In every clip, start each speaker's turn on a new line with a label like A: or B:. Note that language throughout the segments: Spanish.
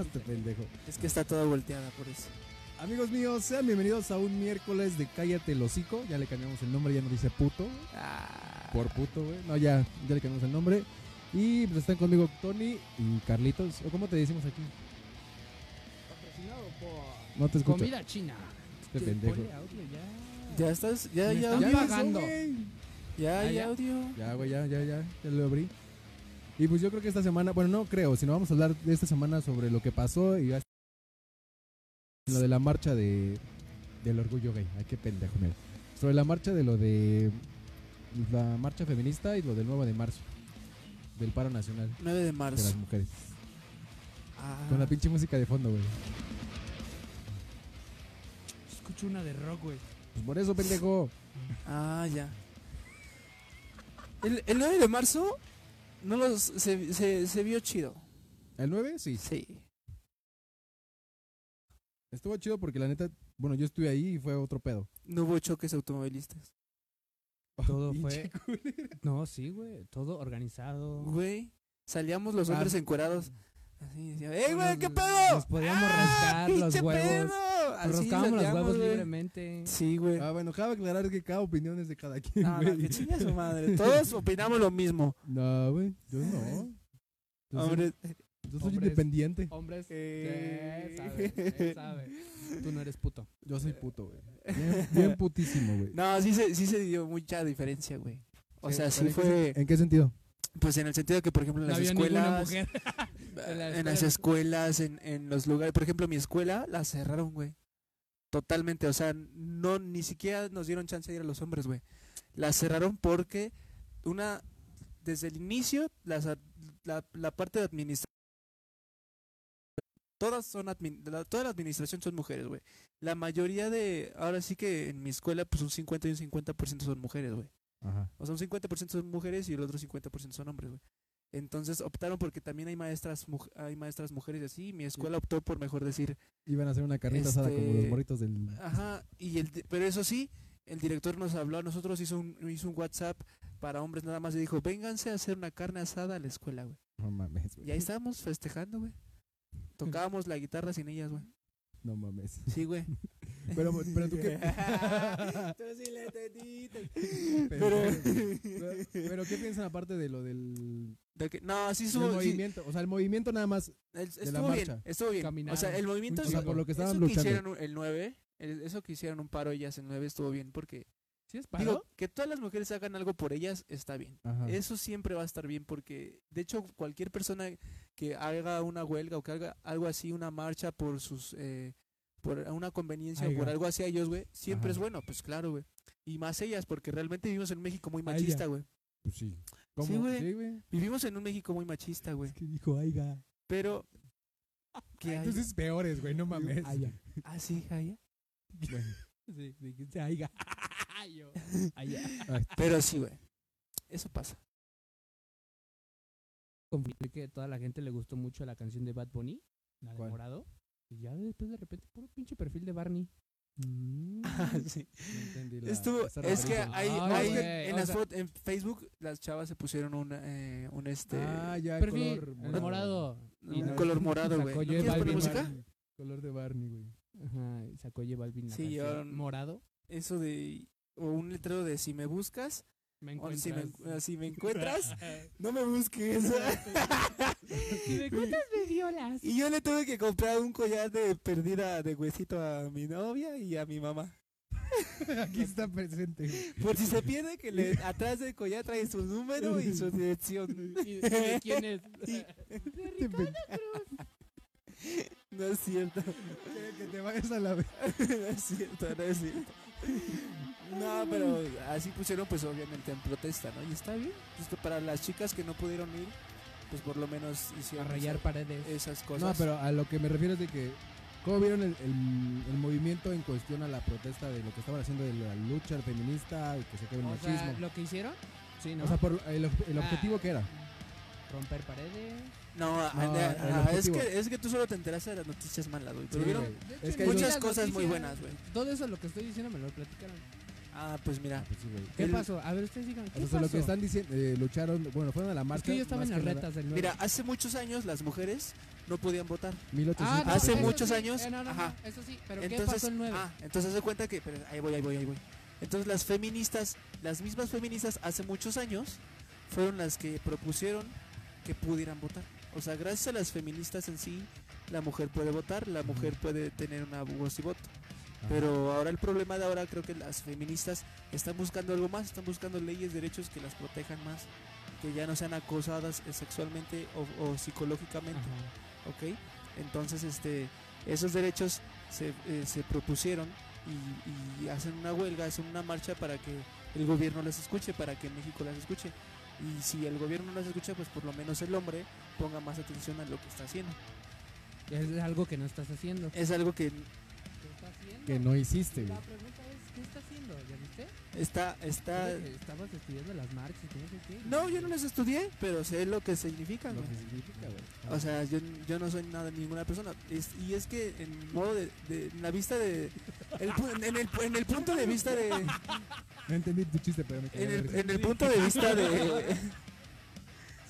A: este pendejo.
B: Es que está toda volteada por eso.
A: Amigos míos, sean bienvenidos a un miércoles de Cállate el Hocico. Ya le cambiamos el nombre, ya no dice puto. güey.
B: Ah,
A: Por puto, güey. No, ya, ya le cambiamos el nombre. Y pues están conmigo Tony y Carlitos. ¿O cómo te decimos aquí?
C: Patrocinado por
A: No te escucho.
C: Comida China.
A: Este pendejo.
C: Ponle audio ya.
B: ya estás, ya
C: Me
B: hay
C: están
A: Ya
B: audio.
A: hizo,
C: pagando.
A: güey.
B: Ya hay
C: Ah, ya.
B: audio.
A: Ya, güey, ya, ya, ya, ya lo abrí. Y pues yo creo que esta semana, bueno, no creo, sino vamos a hablar de esta semana sobre lo que pasó y ya- lo de la marcha de del orgullo gay. Ay, qué pendejo, mira. Sobre la marcha de lo de la marcha feminista y lo del 9 de marzo del paro nacional
B: 9 de
A: de las
B: marzo.
A: mujeres.
B: Ah,
A: Con la pinche música de fondo, güey.
C: Escucho una de rock, güey.
A: Pues por eso, pendejo.
B: ah, ya. El, el 9 de marzo no los, se, se, se vio chido.
A: ¿El 9? Sí.
B: Sí.
A: Estuvo chido porque la neta, bueno, yo estuve ahí y fue otro pedo.
B: No hubo choques automovilistas.
C: Todo
A: Pinche
C: fue. No, sí, güey. Todo organizado.
B: Güey, salíamos los
C: Ah. Pues
B: hombres encuerados. Así decían, ¡Ey, güey, qué
C: Nos-
B: pedo! "Ah,
C: nos podíamos rascar los
B: pinche
C: huevos.
B: pedo! Así
C: Nos rascábamos los
B: salíamos,
C: huevos
B: güey.
C: libremente.
B: Sí, güey.
A: Ah, bueno, cabe aclarar que cada opinión es de cada quien,
B: No, no,
A: güey.
B: que chingue su madre. Todos opinamos lo mismo.
A: No, güey, yo no. Yo
C: Pues
A: soy,
B: Hombre,
A: yo soy
C: hombres.
A: independiente.
C: Hombres.
B: Eh.
C: Él sabe, él sabe. Tú no eres puto.
A: Yo soy puto, güey. Bien, bien putísimo, güey.
B: no, sí se, sí se dio mucha diferencia, güey. O sea, sí
A: ¿En qué
B: fue,
A: sen- ¿En qué sentido?
B: pues en el sentido de que, por ejemplo, en
C: no
B: las
C: había ninguna
B: escuelas,
C: mujer. En la
B: eh, en las escuelas, en, en los lugares, por ejemplo, mi escuela la cerraron, güey. Totalmente, o sea, no, ni siquiera nos dieron chance de ir a los hombres, güey. La cerraron porque una, desde el inicio, las ad- la, la parte de administración, todas son admin- la- toda la administración son mujeres, güey. La mayoría de, ahora sí que en mi escuela, pues un 50 y un 50% son mujeres, güey.
A: Ajá.
B: O sea, un 50% son mujeres y el otro 50% son hombres, güey. Entonces optaron porque también hay maestras muj- hay maestras mujeres y así. y Mi escuela optó por mejor decir,
A: Iban a hacer una carnita asada como
B: Este-
A: los morritos del.
B: ajá, y el di- pero eso sí, el director nos habló a nosotros, hizo un, hizo un WhatsApp para hombres nada más y dijo, vénganse a hacer una carne asada a la escuela, güey.
A: No mames,
B: Y
A: güey.
B: ahí estábamos festejando, güey. Tocábamos la guitarra sin ellas, güey.
A: No mames.
B: Sí, güey.
A: Pero, pero tú qué.
B: Tú sí le entendiste.
A: Pero,
B: Pero-
A: pero, qué piensan aparte de lo del,
B: De que- No, sí
A: del
B: estuvo, sí,
A: movimiento. O sea, el movimiento nada más.
B: El-
A: la
B: estuvo
A: marcha.
B: bien, estuvo bien.
C: Caminaron
B: o sea, el movimiento
C: un
A: O sea,
B: eso-
A: por lo que estaban
B: eso
A: luchando.
B: que hicieron un- el 9, el- eso que hicieron un paro ellas el 9 estuvo bien porque
C: ¿Sí es paro?
B: digo que todas las mujeres hagan algo por ellas está bien.
A: Ajá.
B: Eso siempre va a estar bien porque de hecho cualquier persona que haga una huelga o que haga algo así, una marcha por sus eh, por una conveniencia o
C: Aiga.
B: por algo hacia ellos, güey, siempre
A: Ajá.
B: es bueno, pues claro, güey. Y más ellas porque realmente vivimos en un México muy
A: Aiga.
B: machista, güey.
A: Pues sí. ¿Cómo?
B: Sí, güey.
A: Sí, güey.
B: Vivimos en un México muy machista, güey.
A: Es que dijo, aiga.
B: Pero ¿qué hay?
A: Entonces peores, güey, no mames.
C: Aiga.
B: Ah, sí, Jaya.
A: Bueno.
C: Sí, dijiste aiga. Yo. Aiga.
B: Pero sí, güey. Eso pasa.
C: confirmé que toda la gente le gustó mucho la canción de Bad Bunny, la de
A: ¿Cuál?
C: Morado. Y ya después de repente, puro pinche perfil de Barney. Mm.
B: sí.
A: No entendí la-
B: Estuvo,
A: esa
B: es que
A: referencia.
B: hay,
C: Ah,
B: hay-
C: güey,
B: en,
C: o
B: las
C: sea-
B: fot- en Facebook las chavas se pusieron un, eh, un este
A: Ah, ya, el
C: perfil
A: color
C: el morado.
B: un
C: Y-
A: no.
B: color morado,
C: Sacó
B: güey.
C: J
B: ¿No quieres poner
C: Balvin.
B: música?
A: Barney, Color de Barney, güey.
C: Ajá, y sacó J Balvin la
B: Sí,
C: canción
B: llevaron-
C: Morado.
B: Eso de o un letrero de si me buscas
C: Me
B: o si Oh, me,
C: encuentras.
B: encu- si me encuentras, no me busques.
C: Si me encuentras, me violas.
B: y yo le tuve que comprar un collar de perdida de huesito a mi novia y a mi mamá.
A: Aquí está presente. güey.
B: Por si se pierde que le, atrás del collar trae su número y su dirección.
C: ¿Y, y de quién es? De
A: Te
C: Ricardo
A: pen-
C: Cruz.
B: No es cierto.
A: que, que te vayas a la vez.
B: no es cierto, no es cierto. No, pero así pusieron pues obviamente en protesta, ¿no? Y está bien. Pues que para las chicas que no pudieron ir, pues por lo menos
C: A
B: hicieron
C: rayar paredes.
A: Eh,
B: esas cosas.
A: No, pero a lo que me refiero es de que. ¿Cómo vieron el, el- el movimiento en cuestión a la protesta de lo que estaban haciendo de la lucha feminista y que se acabe el
C: o
A: machismo?
C: sea, lo que hicieron, sí, ¿no?
A: O sea, por el, ob- el
C: Ah.
A: objetivo que era.
C: Romper paredes.
B: No, a-
A: No,
B: a-
A: el
B: a- es,
A: objetivo.
B: que, es que tú solo te enteraste de las noticias malas, güey.
A: Sí,
B: Pero vieron
A: güey.
C: De hecho,
A: Es que
C: en
A: hay
B: muchas
C: las
B: cosas muy
C: noticias,
B: buenas, güey.
C: Todo eso lo que estoy diciendo me lo platicaron.
B: Ah, pues mira.
A: Ah, pues sí, güey.
C: ¿Qué
B: El-
C: pasó? A ver, ustedes digan,
A: O
C: ¿qué
A: sea, lo
C: pasó?
A: que están diciendo, eh, lucharon, bueno, fueron a la
C: Es
A: marcha.
C: que yo estaba
A: más
C: en las
A: que nada-
C: retas del LOL.
B: Mira, hace muchos años las mujeres no podían votar.
A: 1800.
C: Ah, no,
B: hace
C: eso
B: muchos
C: sí,
B: años,
C: eh, no, no,
B: ajá.
C: no, eso sí, pero
B: entonces,
C: ¿qué pasó el 9?
B: Ah, entonces haz de cuenta que. pero ahí voy, ahí voy, ahí voy. Entonces las feministas, las mismas feministas hace muchos años, fueron las que propusieron que pudieran votar. O sea, gracias a las feministas en sí, la mujer puede votar, la mujer puede tener una voz y voto.
A: Ajá.
B: Pero ahora el problema de ahora creo que las feministas están buscando algo más, están buscando leyes, derechos que las protejan más, que ya no sean acosadas eh, sexualmente o, o psicológicamente.
C: Ajá.
B: ¿ok? Entonces, este, esos derechos se, eh, se propusieron y, y hacen una huelga, hacen una marcha para que el gobierno las escuche, para que México las escuche. Y si el gobierno no las escucha, pues por lo menos el hombre ponga más atención a lo que está haciendo.
C: Es algo que no estás haciendo.
B: Es algo que
C: ¿Qué está haciendo?
A: Que no hiciste, güey.
C: La pregunta es, ¿qué está haciendo? ¿Ya viste?
B: está... está
C: Creo que Estabas estudiando las marchas, y Ah, no sé qué.
B: no, yo no las estudié, pero sé lo que significan.
A: Lo
B: güey.
A: que significa, güey.
B: O sea, yo, yo no soy nada ninguna persona. Es- y es que en modo de, de- en la vista de el pu- en, el, en el punto de vista de
A: no entendí tu chiste, pero me cagué
B: en
A: de
B: el,
A: risa.
B: en el punto de vista de
A: Eh,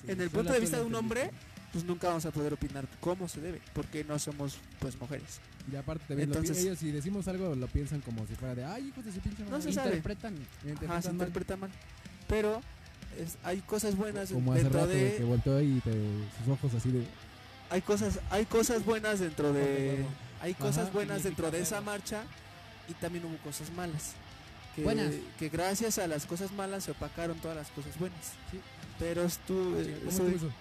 A: Sí,
B: en el
A: solo
B: punto de
A: tú
B: vista
A: lo
B: de un
A: entendiste.
B: hombre pues nunca vamos a poder opinar cómo se debe porque no somos pues mujeres
A: Y aparte también lo pi-
B: Entonces-
A: ellos si decimos algo lo piensan como si fuera de ay hijos de su pinche madre.
B: No se sabe.
C: Interpretan.
A: Y
B: Ajá, se
A: interpretan mal.
B: interpreta mal pero es- hay cosas buenas
A: como hace
B: dentro
A: rato güey, que
B: de
A: volteó y te- sus ojos así de
B: hay cosas hay cosas buenas dentro de
C: huevo.
B: hay
A: Ajá,
B: cosas buenas
C: significa
B: dentro de esa
C: huevo.
B: marcha y también hubo cosas malas que,
C: Buenas.
B: que gracias a las cosas malas se opacaron todas las cosas buenas
A: Sí.
B: pero tú
A: ¿Cómo estuvo eso?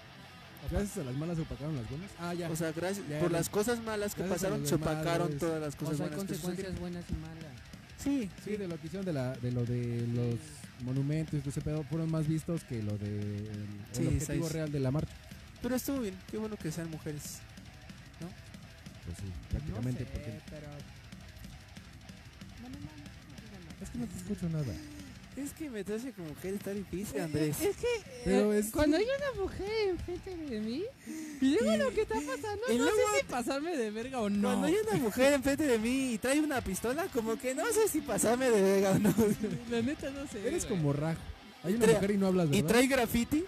A: Gracias a las malas se opacaron las buenas. Ah, ya.
B: O sea, gracias
A: Ya,
B: por
A: ya.
B: las cosas malas que
A: Gracias a
B: pasaron,
A: los
B: se
A: demás,
B: opacaron
A: güey.
B: todas las
C: O
B: cosas
C: sea, hay
B: malas que sucedieron.
C: consecuencias buenas y malas.
B: Sí,
A: sí,
B: sí.
A: de lo que hicieron de la de lo de los monumentos y todo ese pedo fueron más vistos que lo de el,
B: Sí,
A: objetivo
B: seis.
A: real de la marcha.
B: Pero estuvo bien, qué bueno que sean mujeres.
A: Pues sí, prácticamente
C: No sé,
A: porque
C: pero... No, no, no, no digan nada.
A: es que no te escucho nada.
B: Es que meterse con mujeres está difícil, Andrés.
C: Es que
A: Pero
C: eh,
A: es
C: cuando
A: que-
C: hay una mujer enfrente de mí, y luego lo que está pasando,
B: y
C: no sé
B: luego
C: si pasarme de verga o no.
B: Cuando hay una mujer enfrente de mí y trae una pistola, como que no sé si pasarme de verga o no.
C: La neta no sé.
A: Eres
C: güey.
A: como rajo. Hay una
B: Tra-
A: mujer y no hablas,
B: Y
A: ¿verdad?
B: trae graffiti.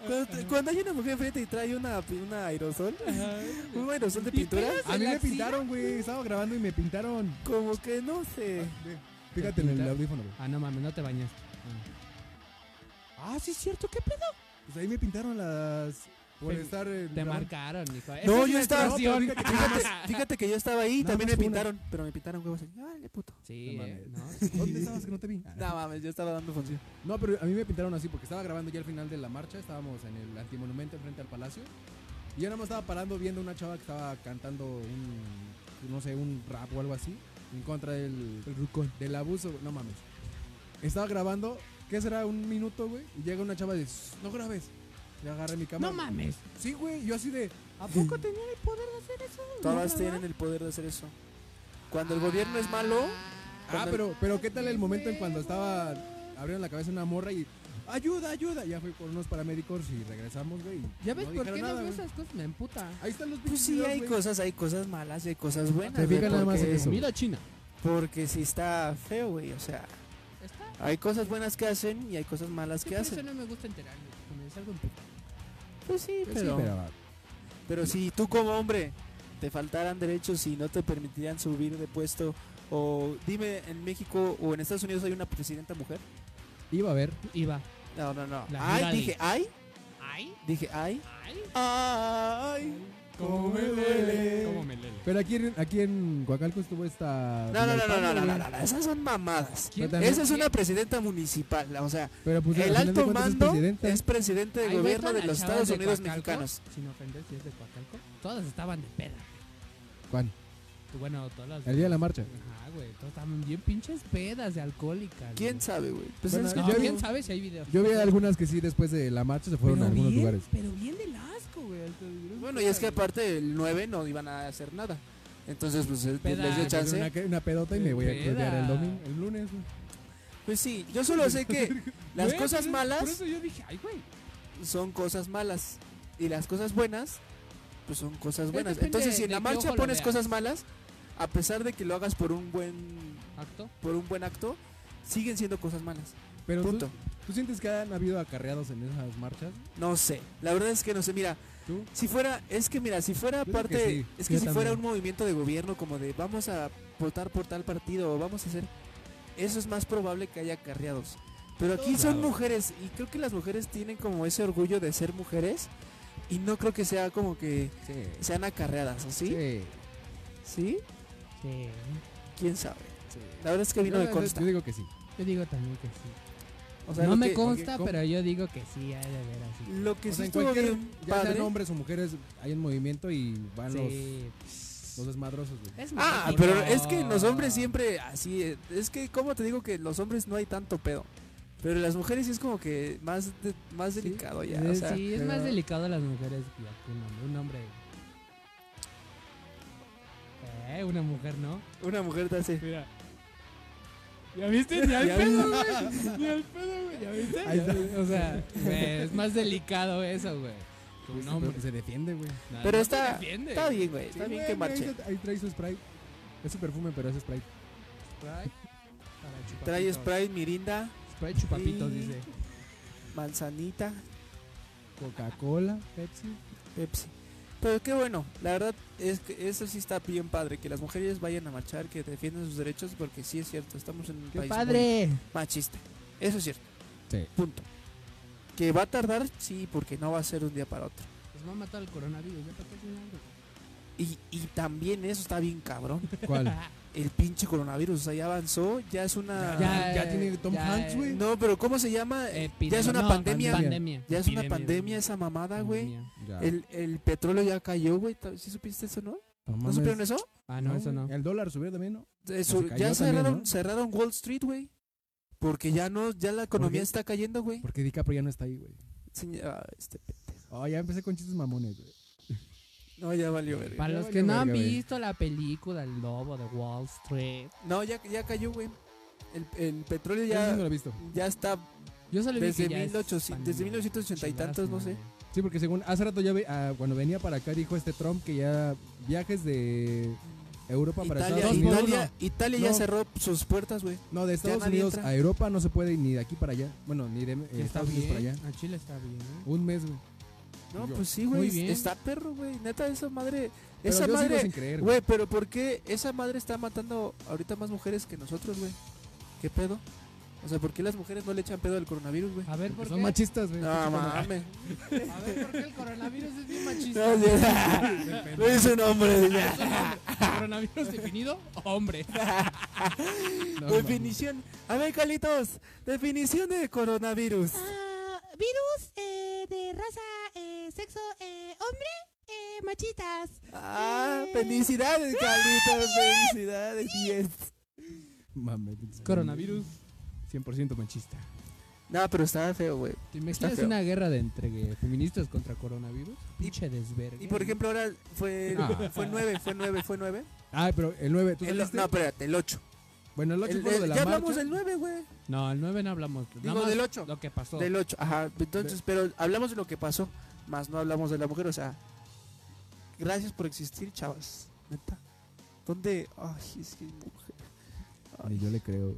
B: Cuando, tra- cuando hay una mujer enfrente y trae una, pi- una aerosol,
C: Ajá.
B: un aerosol de
C: ¿Y
B: pintura,
C: pegas
A: A
C: en
A: mí
C: la
A: me
C: axila?
A: pintaron, güey. Estaba grabando y me pintaron.
B: como que no sé.
A: Fíjate en el
C: pinta?
A: audífono, güey.
C: Ah, no mames, no te bañas. Ah, sí, es cierto, qué pedo.
A: Pues ahí me pintaron las por
C: Te-
A: estar en
C: Te
A: la-
C: marcaron, hijo. Esa
B: No,
C: es
B: yo
C: una
B: estaba.
C: expresión.
B: Fíjate, fíjate que yo estaba ahí y
A: Nada
B: también
A: más
B: me
A: una.
B: pintaron. Pero me pintaron huevos. así, Órale, puto.
C: Sí,
A: No
C: eh,
A: mames.
C: no.
A: ¿Dónde estabas que no te vi?
B: No mames, yo estaba dando función.
A: No, pero a mí me pintaron así porque estaba grabando ya al final de la marcha, estábamos en el antimonumento frente al palacio. Y yo nada más estaba parando viendo una chava que estaba cantando un, no sé, un rap o algo así, en contra del, del abuso, no mames. Estaba grabando, ¿qué será? Un minuto, güey, y llega una chava y dice, no grabes. Le agarré mi cámara.
C: No mames.
A: Sí, güey, yo así de,
C: ¿A poco tenía el poder de hacer eso?
B: Todas tienen el poder de hacer eso. Cuando el gobierno es malo,
A: ah,
B: Cuando-
A: pero, pero ¿qué tal el momento en cuando estaba, abrieron la cabeza una morra y, ayuda, ayuda. Ya fue por unos paramédicos y regresamos, güey. y
C: ¿Ya ves por
A: dijeron
C: qué
A: nada,
C: no veo
A: güey.
C: esas cosas? Me emputa.
A: Ahí están los
B: pues sí
A: videos,
B: hay
A: güey.
B: cosas, hay cosas malas y hay cosas buenas.
A: Te
B: güey,
A: fijas nada más en
B: porque-
A: eso.
C: Comida china.
B: Porque sí está feo, güey. O sea,
C: ¿Está?
B: hay cosas buenas que hacen y hay cosas malas
C: Sí,
B: que
C: por eso
B: Pues, hacen.
C: no me gusta enterarme. porque Me salgo en puta.
B: Pues sí,
A: Pues sí,
B: pero,
A: pero-
B: pero si tú como hombre te faltaran derechos y no te permitirían subir de puesto, o dime, en México o en Estados Unidos hay una presidenta mujer.
A: Iba a ver.
C: Iba.
B: No, no, no.
C: La
B: Ay,
C: Hillary.
B: dije, ay,
C: ¿Ay?
B: dije, ay,
C: ¿Ay?
B: ay.
A: cómo me duele.
C: Cómo me duele.
A: Pero aquí, en- aquí en Coacalco estuvo esta.
B: No, no, no, no, no, no,
A: Pero
B: no, no, no, esas son mamadas.
C: ¿Quién?
A: También-
B: Esa es una presidenta municipal, o sea,
A: Pero pues al
B: el
A: final de
B: alto
A: cuentas es
B: mando es presidente,
A: presidenta.
B: del
C: Ahí ves
B: gobierno
C: todas
B: de
C: las
B: los
C: chavas
B: Estados
C: de
B: Unidos
C: Coacalco,
B: mexicanos.
C: Sin ofender si es de Coacalco. Todas estaban de peda.
A: Juan,
C: Bueno, todas las...
A: el día de la marcha.
C: Ajá, güey. Todas estaban bien pinches pedas de alcohólicas.
B: ¿Quién
C: güey.
B: sabe, güey? Pues
A: Bueno,
B: es que
C: No,
A: Yo vi-
C: ¿Quién sabe si hay videos?
A: Yo vi algunas que sí después de la marcha se fueron a algunos
C: bien,
A: lugares.
C: Pero bien del asco, güey. hasta duró
B: Bueno,
C: un
B: y es que
C: día, güey.
B: aparte el 9 no iban a hacer nada. Entonces, pues él-
C: Peda,
B: les dio
C: que
A: Me puse
B: chance.
A: Una, una pedota y me voy a
C: Peda.
A: estudiar el domingo, el lunes. güey.
B: Pues sí, yo solo sé que las
A: pues,
B: cosas
C: Güey, por eso- Por
B: malas
C: eso yo dije, ay, güey.
B: son cosas malas y las cosas buenas pues son cosas
C: Es
B: buenas.
C: depende
B: Entonces, si
C: de
B: en la
C: qué
B: marcha
C: ojo lo
B: pones
C: veas.
B: cosas malas, a pesar de que lo hagas por un buen
C: Acto.
B: por un buen acto, siguen siendo cosas malas.
A: Pero tú,
B: Punto.
A: ¿tú sientes que han habido acarreados en esas marchas?
B: No sé. La verdad es que no sé. Mira,
A: ¿Tú?
B: si fuera, es que mira, si fuera
A: Yo creo
B: parte,
A: que sí,
B: es que
A: yo
B: si fuera
A: también.
B: un movimiento de gobierno como de vamos a votar por tal partido o vamos a hacer, eso es más probable que haya acarreados. Pero aquí
A: Todos
B: son
A: lados.
B: mujeres y creo que las mujeres tienen como ese orgullo de ser mujeres y no creo que sea como que
A: Sí.
B: sean acarreadas, ¿o sí? ¿Sí?
C: Sí.
B: ¿Quién sabe? La verdad es que a mí no me
A: yo-
B: consta.
A: Yo digo que sí.
C: Yo digo también que sí.
B: O sea,
C: no
B: lo
C: me
B: que-
C: consta,
A: ¿cómo?
C: pero yo digo que sí, hay de ver así.
B: Lo que
A: O
B: sí
A: sea, en
B: estuvo
A: cualquier-
B: bien
A: ya
B: padre-
A: sean hombres o mujeres, hay un movimiento y van
C: Sí.
A: los, los desmadrosos. güey.
C: Es
B: Ah,
C: México.
B: pero es que los hombres siempre así. eh, Es que, ¿cómo te digo que los hombres no hay tanto pedo? Pero las mujeres sí es como que más, de- más
A: Sí,
B: delicado ya.
C: Eh,
B: o sea,
C: sí, es más
A: pero-
C: delicado a las mujeres que a que un hombre. Un hombre. Eh, una mujer, ¿no?
B: una mujer te hace.
C: Mira. ¿Ya viste? Ni al
B: Ya
C: pedo, güey. Ni al pedo, güey. ¿Ya viste?
A: Ahí está.
C: O sea, güey, es más delicado eso, güey. Que un
A: Pues,
C: hombre.
A: pero Se defiende, güey.
C: No,
B: Pero
C: no
B: está-
C: se defiende.
B: Está bien, güey. Está
A: Sí,
B: bien
A: güey,
B: que
A: mira, ahí
B: marche.
A: se- Ahí trae su Sprite. Es su perfume, pero es Sprite.
C: Sprite para chupapitos.
B: Trae Sprite, Mirinda,
C: Sprite chupapitos,
B: Y-
C: dice.
B: manzanita,
A: Coca-Cola, Pepsi.
B: Pepsi. Pero qué bueno. La verdad es que eso sí está bien padre. Que las mujeres vayan a marchar, que defiendan sus derechos. Porque sí es cierto. Estamos en un
C: ¡Qué
B: país muy
C: padre!
B: machista. Eso es cierto.
A: Sí.
B: Punto. Que va a tardar, sí, porque no va a ser un día para otro.
C: Nos va a matar el coronavirus. ¿Ya para qué hacen algo?
B: Y, y también eso está bien cabrón.
A: ¿Cuál?
B: El pinche coronavirus, o sea, ya avanzó, ya es una...
A: Ya- tiene Tom Hanks, güey.
B: Ah, No, pero ¿cómo se llama? Eh, ya es
C: Epidemia.
B: una
C: Eh, No,
B: pandemia.
C: pandemia.
B: Ya es una
C: Epidemia,
B: pandemia esa mamada, güey.
C: Pandemia.
A: Ya.
B: El, el petróleo ya cayó, güey. Ta- ¿Sí supiste eso, no?
A: No
B: ¿No
A: mames.
B: supieron eso?
C: Ah, no, eso no.
A: El dólar subió también, ¿no?
B: Eso-
A: cayó
B: ya
A: también,
B: cerraron,
A: ¿no?
B: cerraron Wall Street, güey. Porque ya no, ya la economía
A: qué?
B: está cayendo, güey.
A: Porque DiCaprio ya no está ahí, güey.
B: Sí, ah, este-
A: Oh, ya empecé con chistes mamones, güey.
B: No, ya valió, verga.
C: Para
A: Ya
C: los
A: valió
C: que no han
A: verga, güey.
C: visto la película El Lobo de Wall Street,
B: No, ya, ya cayó, güey. El, el petróleo
A: Eso sí no
B: ya,
A: lo he visto.
B: ya está
C: yo solo vi
B: Desde
C: que ya es
B: 1800 desde
C: pandemia.
B: 1980 y
C: Chingada
B: tantos,
C: su
B: no sé.
C: madre.
A: Sí, porque según hace rato ya ve- ah, cuando venía para acá dijo este Trump que ya viajes de Europa para
B: Italia,
A: Estados Unidos.
B: Italia, Italia ya
A: No.
B: cerró sus puertas, güey.
A: No, de Estados
B: nadie
A: Unidos
B: entra.
A: a Europa no se puede ni de aquí para allá. Bueno, ni de eh,
C: Está
A: Estados Unidos para allá.
C: bien. A Chile está bien. ¿eh?
A: Un mes, güey.
B: No,
A: Yo.
B: pues sí,
C: Muy
B: güey.
C: bien.
B: Está perro, güey. Neta, esa madre.
A: Pero yo
B: esa
A: sigo
B: madre.
A: sin creer,
B: Güey, pero ¿por qué esa madre está matando ahorita más mujeres que nosotros, güey? ¿Qué pedo? O sea, ¿por qué las mujeres no le echan pedo al coronavirus, güey?
C: A ver por
A: Porque
C: qué.
A: Son machistas, Ah, güey.
B: No, mames.
C: A ver por qué el coronavirus es bien machista.
B: No, ya. Lo hizo un hombre. ya.
C: coronavirus definido, hombre.
A: No, mames.
B: Definición. A ver, Calitos. Definición de coronavirus.
D: Ah, virus eh, de raza, eh, sexo, eh, hombre, eh, machitas.
B: Ah, felicidades, Calitos. Felicidades. Yes.
A: Mames.
C: Coronavirus.
A: 100% machista.
B: No, pero estaba feo, güey.
C: ¿Te
B: Está
C: imaginas
B: feo.
C: una guerra de entre eh, feministas contra coronavirus? Pinche desvergue.
B: Y por ejemplo, ahora fue,
A: Ah.
B: fue 9, fue 9, fue 9.
A: Ah, pero el 9, ¿tú
B: El,
A: saliste?
B: no, espérate, el 8.
A: Bueno, el 8 fue lo de la
B: ya
A: marcha.
B: hablamos del 9, güey.
C: No, el 9 no hablamos.
B: Digo,
C: Nada más
B: del ocho.
C: Lo que pasó.
B: Del 8, ajá. Entonces,
A: Ve-
B: pero hablamos de lo que pasó, más no hablamos de la mujer, o sea. Gracias por existir, chavas. Neta. ¿Dónde? Ay, es que mujer.
A: Ni
B: Ay,
A: yo le creo. güey.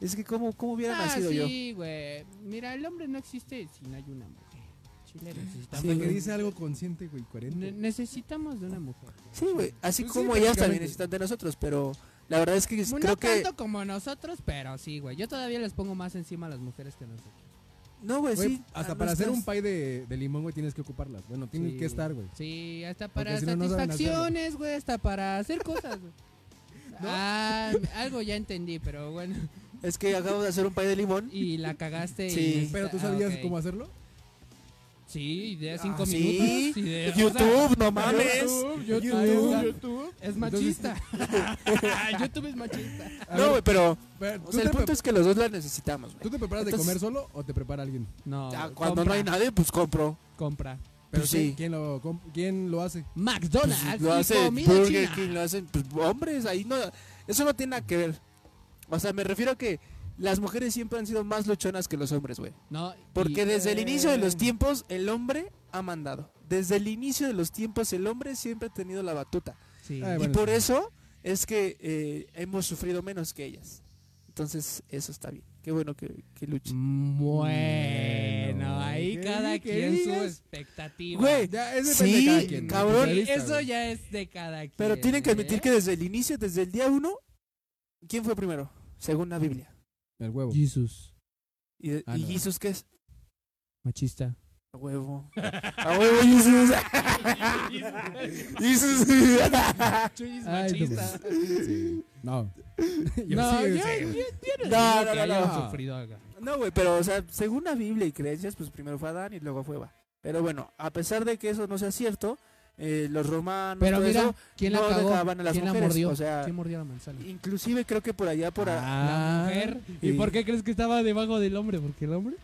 B: es que, ¿cómo, cómo hubiera
C: Ah,
B: nacido yo?
C: sí, güey. Mira, el hombre no existe si no hay una mujer. Chile necesitamos.
B: Sí,
A: Hasta que
B: güey.
A: dice algo consciente, güey,
C: Ne-
A: coherente.
C: necesitamos de una mujer.
B: Sí, güey. Así
A: Pues sí,
B: como ellas también
A: prácticamente.
B: necesitan de nosotros, pero la verdad es que
C: No
B: creo que.
C: tanto como nosotros, pero sí, güey. Yo todavía les pongo más encima a las mujeres que nosotros.
B: No, güey,
A: Güey,
B: sí.
A: hasta
B: a
A: para hacer
B: nuestras-
A: un pay de, de limón, güey, tienes que ocuparlas. Bueno, tienes
C: ah, Sí.
A: que estar, güey.
C: Sí, hasta para
A: Porque si no, no saben
C: satisfacciones, güey. hasta para hacer cosas, güey. Ah, algo ya entendí, pero bueno.
B: Es que acabo de hacer un pay de limón.
C: Y la cagaste.
B: Sí.
C: y
A: Pero tú
C: ah,
A: sabías
C: ok.
A: cómo hacerlo.
C: Sí, de
B: Ah,
C: cinco
B: ¿sí?
C: minutos. y de- o sea,
B: YouTube, no mames.
C: YouTube,
A: Ahí
C: YouTube,
A: está.
C: YouTube es machista. YouTube es machista.
A: A
B: No,
A: ver,
B: güey, pero.
A: pero
B: O
A: ¿tú,
B: sea, el
A: te
B: punto
A: pre-
B: es que los dos las necesitamos, güey.
A: tú te preparas
B: Entonces-
A: de comer solo o te prepara alguien?
C: No,
B: Ya,
C: güey,
B: cuando no
C: compra,
B: hay nadie, pues compro.
C: Compra.
A: Pero
B: sí.
A: ¿quién, quién lo, com- quién lo hace?
C: McDonald's.
B: Pues,
C: y
B: lo hace
C: comida
B: Burger
C: china.
B: King, lo hacen pues, hombres, ahí no. Eso no tiene nada que ver. O sea, me refiero a que las mujeres siempre han sido más luchonas que los hombres, güey.
C: No,
B: Porque
C: y-
B: desde el inicio de los
C: Eh,
B: tiempos, el hombre ha mandado. Desde el inicio de los tiempos, el hombre siempre ha tenido la batuta.
C: Sí.
A: Ah,
B: Y
A: bueno,
B: por
A: sí.
B: eso es que eh, hemos sufrido menos que ellas. Entonces, eso está bien. Qué bueno que, que luchen.
C: Bueno, ahí
A: ¿qué
C: cada
A: di- qué
C: quien su
A: digas?
C: expectativa.
B: Güey,
A: Ya, es depende de cada
B: sí,
A: quien. ¿no?
B: cabrón.
A: Punto de vista,
C: Eso
A: güey.
C: ya es de cada quien.
B: Pero tienen que admitir
C: ¿eh?
B: que desde el inicio, desde el día uno, ¿quién fue primero? Según la Biblia.
A: El huevo.
C: Jesus,
B: ¿Y, de-
A: Ah,
B: y
A: no.
B: Jesús qué es?
C: machista.
B: A huevo. A huevo, Jesús. Jesús.
A: Ay, no,
C: machista.
A: pues, sí. No. Yo
C: no,
A: sí,
C: yo,
A: sí.
C: yo- yo no,
B: No,
C: digo
B: no,
C: que
B: no,
C: hayan
A: no.
C: sufrido acá.
B: No, güey, pero, o sea, según la Biblia y creencias, pues primero fue Adán y luego fue Eva. Pero bueno, a pesar de que eso no sea cierto, eh, los romanos
C: Pero
B: todo
C: mira,
B: eso,
C: ¿quién
B: no
C: la cagó?
B: dejaban a las
C: ¿Quién la
B: mujeres.
C: mordió?
B: O sea,
C: ¿Quién Ah, mordió la manzana?
B: inclusive creo que por allá, por a-
C: la mujer. ¿Y
B: sí.
C: por qué crees que estaba debajo del hombre? Porque el hombre.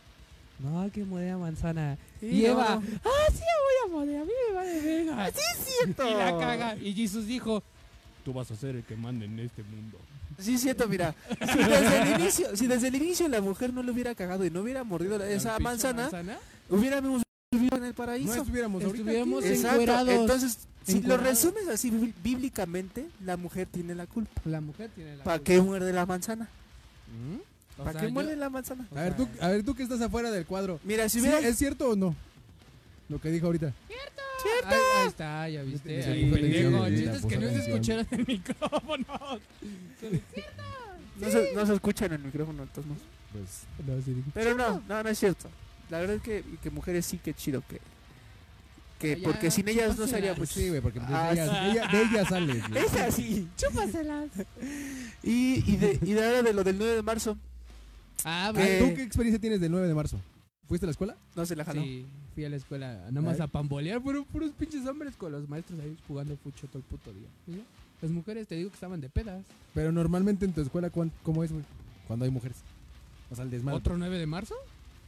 C: No, que mordió la manzana.
B: Sí,
C: y
B: no,
C: Eva.
B: no. Ah,
C: Ah, sí, voy a morir. A mí me va de verga.
B: Sí, es cierto.
C: Y la caga. Y Jesús dijo.
E: Tú vas a ser el que manda en este mundo.
B: Sí, es cierto, mira. Si desde, el inicio, si desde el inicio la mujer no le hubiera cagado y no hubiera mordido la- esa
C: "Pinche
B: manzana, hubiéramos vivido en el
A: No
B: paraíso.
A: estuviéramos ahorita aquí.
C: Estuviéramos en-
B: Exacto.
C: encuerados.
B: Entonces, si lo
C: Encuerados.
B: resumes así bí- bíblicamente, la mujer tiene la culpa.
C: La mujer tiene la.
B: ¿Para
C: culpa".
B: qué muerde la manzana?
A: ¿Mm?
C: O
B: ¿Para
C: sea,
B: qué
C: yo-
B: muerde la manzana?
C: o
A: A ver,
C: sea,
A: tú, a ver, tú que estás afuera del cuadro.
B: Mira, si
A: Sí,
B: hubiera
A: ¿Es cierto o no? Lo que dijo ahorita.
C: Ahí, ahí está, ya viste.
A: Sí,
C: ahí,
A: sí,
C: pendejo.
A: sí,
C: El
A: sí,
C: chiste es
A: la
C: que no se
A: puso
C: escucharon el micrófono.
B: no, se, no se escucha en el micrófono, entonces no.
A: Pues
B: Pero no, no, no es cierto. La verdad es que, que mujeres sí que chido que. que
C: Ay,
B: porque
C: ya,
B: sin ellas no
C: chúpaselas.
B: sería
A: pues
B: mucho.
A: sí, güey, porque pues,
B: Ah,
A: de, ella, de ella- de ella sales. güey.
B: Es así.
D: Chúpaselas.
B: Y, y, de, y de ahora de lo del 9 de marzo,
C: Ah,
A: Ah,
C: pues,
A: ¿Tú qué experiencia tienes del 9 de marzo? ¿Fuiste a la escuela?
B: Ah, no se la jaló.
C: Sí, fui a la escuela nada más
A: Ay.
C: a pambolear, pero puros pinches hombres con los maestros ahí jugando fucho todo el puto día. Y ya. Las mujeres te digo que estaban de pedas.
A: Pero normalmente en tu escuela, ¿cuán- ¿cómo es, güey? Cuando hay mujeres. O sea, el desmadre.
C: ¿Otro 9 de marzo?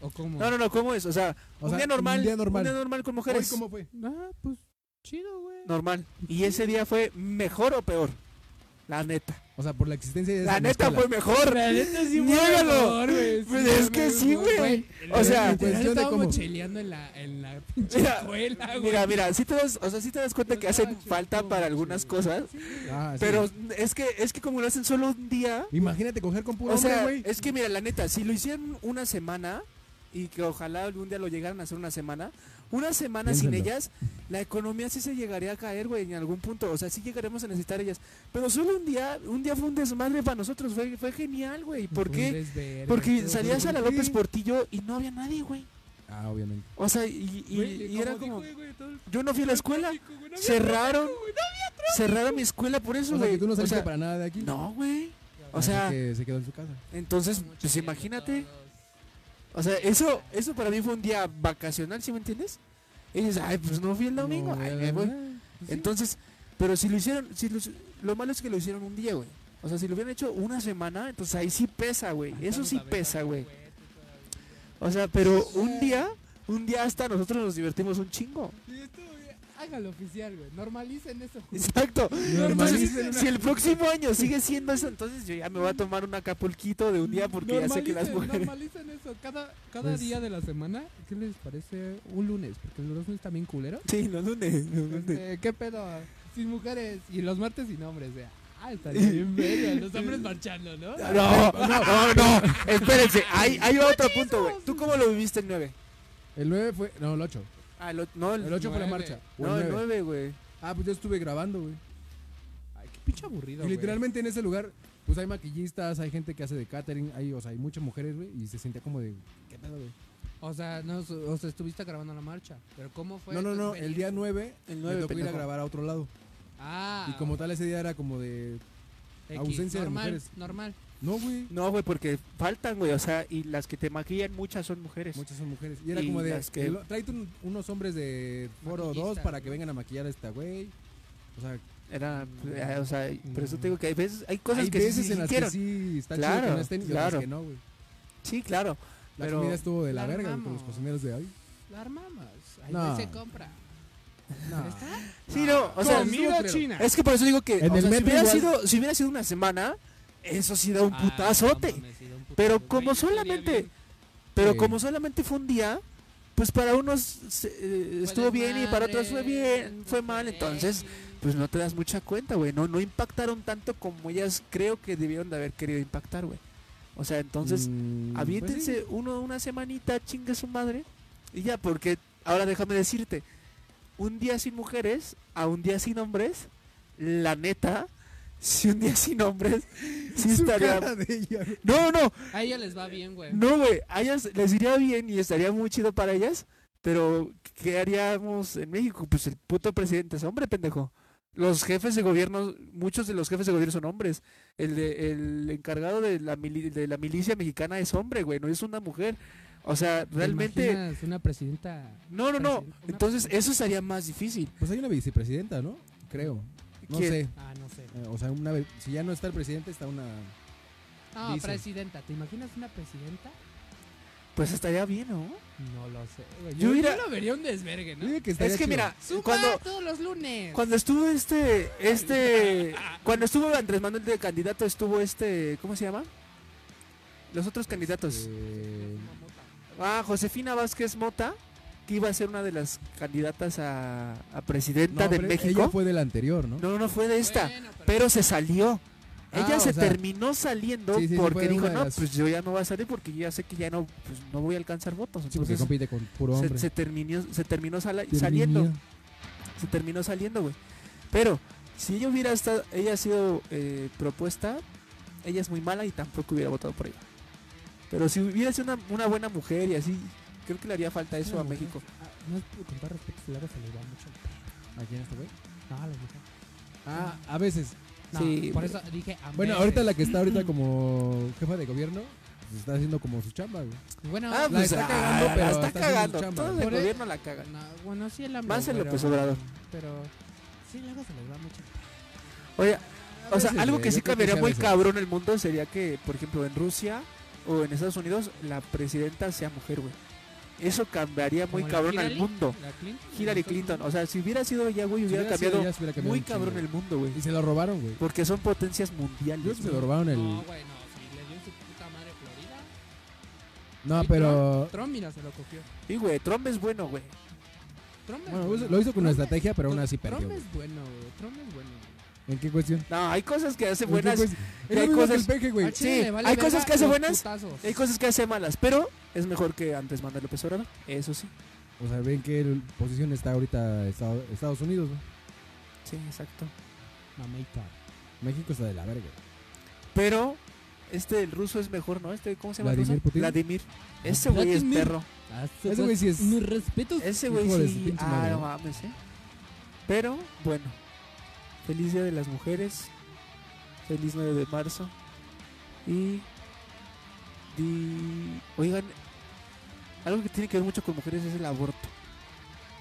C: ¿O cómo?
B: No, no, no, ¿cómo es? O sea,
A: O
B: un
A: sea,
B: día normal.
A: Un día normal.
B: con
A: Hoy,
B: mujeres.
A: ¿Cómo fue?
C: Ah, pues chido, güey.
B: Normal. ¿Y ese día fue mejor o peor? La neta.
A: O sea, por la existencia de
B: La
A: esa
B: neta
A: escuela.
B: fue mejor.
C: La neta sí fue
B: Niégalo.
C: mejor, güey.
B: Pues es que sí, güey. O sea,
C: O sea,
A: en cuestión de
C: estábamos
A: cómo.
C: cheleando en la, en la pinche
B: Mira,
C: escuela, Ah, güey.
B: Mira, mira, sí te das, o sea, sí te das cuenta
C: Pero
B: que
C: estaba
B: hacen
C: chido,
B: falta
C: estuvo
B: para
C: muy
B: algunas
C: chido.
B: cosas,
A: Ah, sí.
B: pero es que es que como lo hacen solo un día,
A: Imagínate coger con puro
B: o sea,
A: hombre, güey.
B: es que mira, la neta, si lo hicieran una semana y que ojalá algún día lo llegaran a hacer una semana, una semana sin
A: Piénsenlo.
B: ellas, la economía sí se llegaría a caer, güey, en algún punto, o sea, sí llegaremos a necesitar ellas, pero solo un día, un día fue un desmadre para nosotros, fue, fue genial, güey, ¿por
C: Un
B: qué?
C: desvergue,
B: Porque
C: todo.
B: salías a la
A: ¿por
B: López
A: qué?
B: Portillo y no había nadie, güey.
A: Ah, obviamente.
B: O sea, y, y-
C: Güey,
B: y era
C: dijo,
B: como,
C: güey, todo el-
B: yo no fui a la escuela.
C: tráfico, güey, no había
B: Cerraron,
C: tráfico, güey,
B: cerraron mi escuela por eso,
A: O sea,
B: güey.
A: que tú no
B: O
A: saliste
B: sea,
A: para nada de aquí.
B: No, güey. O
A: Así
B: sea,
A: que se quedó en su casa.
B: entonces,
C: Estábamos
B: pues
C: cheleando
B: imagínate.
C: todos.
B: O sea, eso, eso para mí fue un día vacacional, ¿sí me entiendes? Y dices, ay, pues no fui el domingo.
A: No,
B: ay,
A: ya
B: me voy.
A: no.
C: Pues
B: Entonces, pero si lo hicieron, si lo, lo malo es que lo hicieron un día, güey. O sea, si lo hubieran hecho una semana, entonces ahí sí pesa,
C: Ah,
B: güey. Eso sí pesa, güey. O sea, pero un día, un día hasta nosotros nos divertimos un chingo.
C: Sí, estuvo bien. Hágalo oficial, güey. Normalicen eso.
B: Exacto.
C: Normalicen
B: Entonces,
C: una-
B: si el próximo año sigue siendo eso, entonces yo ya me voy a tomar un acapulquito de un día porque ya sé que las
C: Normalicen-
B: mujeres...
C: Normalicen eso. Cada, cada
A: Pues-
C: día de la semana, ¿qué les parece un lunes? Porque los lunes también culero.
B: Sí, los lunes. los
A: Pues
B: lunes.
C: Este, ¿Qué pedo? Sin mujeres. Y los martes sin hombres. eh. Ah, estaría bien verga. Los hombres marchando, ¿no?
B: No, no, no, espérense, ahí, ahí va otro punto, güey. ¿Tú cómo lo viviste el 9?
A: El 9 fue. No, el 8.
B: Ah, el, o- no, el,
A: El 8 fue la
C: nueve.
A: marcha. O
B: no,
A: el
B: el
A: nueve.
B: 9, güey.
A: Ah, pues yo estuve grabando, güey.
C: Ay, qué pinche aburrido,
A: Y
C: güey.
A: literalmente en ese lugar, pues hay maquillistas, hay gente que hace de catering, hay, o sea, hay muchas mujeres, güey, y se sentía como de, ¿qué pedo, güey?
C: O sea, no, su- o sea, estuviste grabando la marcha. Pero ¿cómo fue?
A: No, no, no,
C: Venir.
A: el día 9,
B: El
A: me
B: 9,
A: tocó ir a
B: pendejo.
A: grabar a otro lado.
C: Ah.
A: Y como tal, ese día era como de,
C: X,
A: ausencia de
C: normal,
A: mujeres.
C: Normal.
A: no, güey,
B: No, güey, porque faltan, güey, o sea, y las que te maquillan muchas son mujeres.
A: muchas son mujeres. Y era
B: Y
A: como de,
B: las que-
A: "El- tráete un- unos hombres de foro 2
C: Maquillistas,
A: para
C: güey.
A: que vengan a maquillar a esta, güey. O sea,
B: Era, eh, o sea, por eso te digo que hay veces, hay cosas
A: Mm. hay
B: que
A: veces
B: sí
A: en las
B: hicieron.
A: que sí está chido que
B: Claro,
A: no estén y
B: claro.
A: otras que no, güey.
B: Sí, claro.
A: La
B: Pero-
A: comida estuvo de la,
C: La
A: verga, güey, con los
C: armamos.
A: cocineros de ahí.
C: La armamos. Ahí
A: No. Ah.
C: se compra.
A: No.
C: ¿Está?
B: Sí, no, o sea,
A: Comida
B: estuvo-
A: china.
B: Es que por eso digo que,
A: En
B: o
A: el
B: sea, si
A: metro
B: hubiera,
A: igual.
B: sido, si hubiera sido una semana, eso sí da un
C: Ah,
B: putazote.
C: no mames, sí, da un putazote.
B: Pero
C: Güey,
B: como
C: yo tenía
B: solamente-
C: bien-
B: Pero
A: Sí.
B: como solamente fue un día, pues para unos se- eh, estuvo bien y para otros fue bien, fue mal, entonces pues no te das mucha cuenta, güey, no no impactaron tanto como ellas creo que debieron de haber querido impactar, güey. O sea, entonces,
A: Mm,
B: aviéntense
A: pues sí.
B: uno una semanita, chingue su madre. Y ya, porque ahora déjame decirte, un día sin mujeres a un día sin hombres, la neta, si un día sin hombres, sí
A: Su
B: estaría...
A: cara de ella.
B: No, no,
C: A ella les va bien, güey.
B: no, güey, a ellas les iría bien y estaría muy chido para ellas, pero ¿qué haríamos en México? Pues el puto presidente es hombre, pendejo. Los jefes de gobierno, muchos de los jefes de gobierno son hombres. El, de- el encargado de la, mili- de la milicia mexicana es hombre, güey, no es una mujer. O sea,
C: ¿Te
B: realmente...
C: imaginas una presidenta.
B: No, no, no.
C: presidenta? Una-
B: Entonces eso sería más difícil.
A: Pues hay una vicepresidenta, ¿no? Creo. No
B: ¿Quién?
A: sé.
C: Ah, no sé.
A: Eh, O sea, una ve- si ya no está el presidente, está una...
C: No,
A: Dice.
C: presidenta. ¿Te imaginas una presidenta?
B: Pues estaría bien, ¿no?
C: No lo sé, güey.
B: Yo
C: Yo,
B: hubiera-
C: yo lo vería un desvergue, ¿no?
A: Dime que estaría
B: Es que
A: chido.
B: mira,
C: Zumba
B: cuando...
C: todos los lunes.
B: Cuando estuvo este, este, cuando estuvo Andrés Manuel de candidato, estuvo este, ¿cómo se llama? Los otros candidatos.
A: Eh,
B: Ah, Josefina Vázquez Mota, que iba a ser una de las candidatas a, a presidenta
A: no,
B: de
A: pero
B: México.
A: Ella fue del anterior, ¿no?
B: No, no fue de esta,
C: Bueno,
B: pero se salió. Ella
A: Ah,
B: se
A: o sea,
B: terminó saliendo
A: sí, sí, sí,
B: porque
A: fue
B: dijo,
A: una de
B: no,
A: las-
B: pues yo ya no voy a salir porque yo ya sé que ya no, pues no voy a alcanzar votos.
A: Sí, porque
B: Entonces
A: compite con puro
B: pues se,
A: hombre.
B: se terminó, se terminó sala-
A: Terminó.
B: saliendo. se terminó saliendo, güey. Pero si ella hubiera estado, ella sido eh, propuesta, ella es muy mala y tampoco hubiera votado por ella. Pero si hubiera sido una, una buena mujer y así, creo que le haría falta eso
C: Una
B: a
C: mujer.
B: México.
C: Ah, No es por contar respeto, se le hago, se le va mucho.
A: ¿A quién este güey?
C: No, a las mujeres.
A: Ah, a veces.
C: No,
B: Sí,
C: por
B: güey.
C: eso dije. a
A: Bueno, ahorita la
C: veces.
A: que está ahorita como jefa de gobierno, pues, está haciendo como su chamba, güey.
C: Bueno,
B: Ah,
A: la
B: pues,
A: está
B: ah,
A: cagando,
B: la
A: pero
B: está
A: está haciendo
B: cagando.
A: su chamba.
B: Todo el
C: Por e-
B: gobierno la caga.
C: no, bueno, sí, el hambre.
B: Más el
C: pero-
B: López Obrador.
C: Pero. Sí, luego se le va mucho.
B: Oye, o sea,
A: veces,
B: algo
A: güey,
B: que
A: yo
B: sí
A: creo que
B: cambiaría
A: sí a
B: muy
A: veces.
B: cabrón el mundo sería que, por ejemplo, en Rusia o en Estados Unidos, la presidenta sea mujer, güey. Eso cambiaría muy
C: Como la
B: cabrón al
C: Hillary,
B: mundo.
C: La Clinton.
B: Hillary Clinton, o sea, si hubiera sido ella, güey,
A: Si
B: hubiera
A: hubiera sido
B: cambiado
A: ella, se hubiera cambiado
B: muy
A: un chingo.
B: cabrón el mundo, güey.
A: Y se lo robaron, güey. Yo
B: Porque son potencias mundiales.
A: creo que se
B: güey.
A: lo robaron el...
C: No, güey, no. Si le dio en su puta madre Florida.
A: No,
C: Sí,
A: pero...
C: Trump, mira, se lo cogió.
B: Sí, güey, Trump es bueno, güey.
C: Trump es
A: Bueno,
C: bueno.
A: lo hizo con una
C: Trump es-
A: estrategia, pero aún así
C: Trump
A: perdió. güey.
C: es bueno, güey. Trump es bueno. güey.
A: ¿En qué cuestión?
B: No, hay cosas que hace
A: ¿En qué
B: buenas,
A: cuestión?
B: que hay
A: Es lo mismo que
B: cosas-
A: el peje, güey.
C: Al Chile
B: Sí,
C: le vale
B: hay cosas
C: verga
B: que hace
C: los
B: buenas,
C: putazos.
B: hay cosas que hace malas, pero es mejor que antes Manuel López Obrador, eso sí.
A: O sea, ven que el- posición está ahorita Estado- Estados Unidos, ¿no?
B: Sí, exacto.
C: Mamita.
A: México está de la verga.
B: Pero este el ruso es mejor, ¿no? Este ¿cómo se llama? el
A: Vladimir
B: ruso?
A: Putin.
B: Vladimir. Ese güey es
C: Vladimir.
B: perro.
A: Ese güey sí es-
C: Mis respetos.
B: Ese güey
A: Hijo de su
B: sí.
A: pinche
B: Ah,
A: madre,
B: no
A: ¿no?
B: mames, eh. Pero bueno. Feliz Día de las Mujeres. Feliz 9 de marzo. Y di- oigan, algo que tiene que ver mucho con mujeres es el aborto.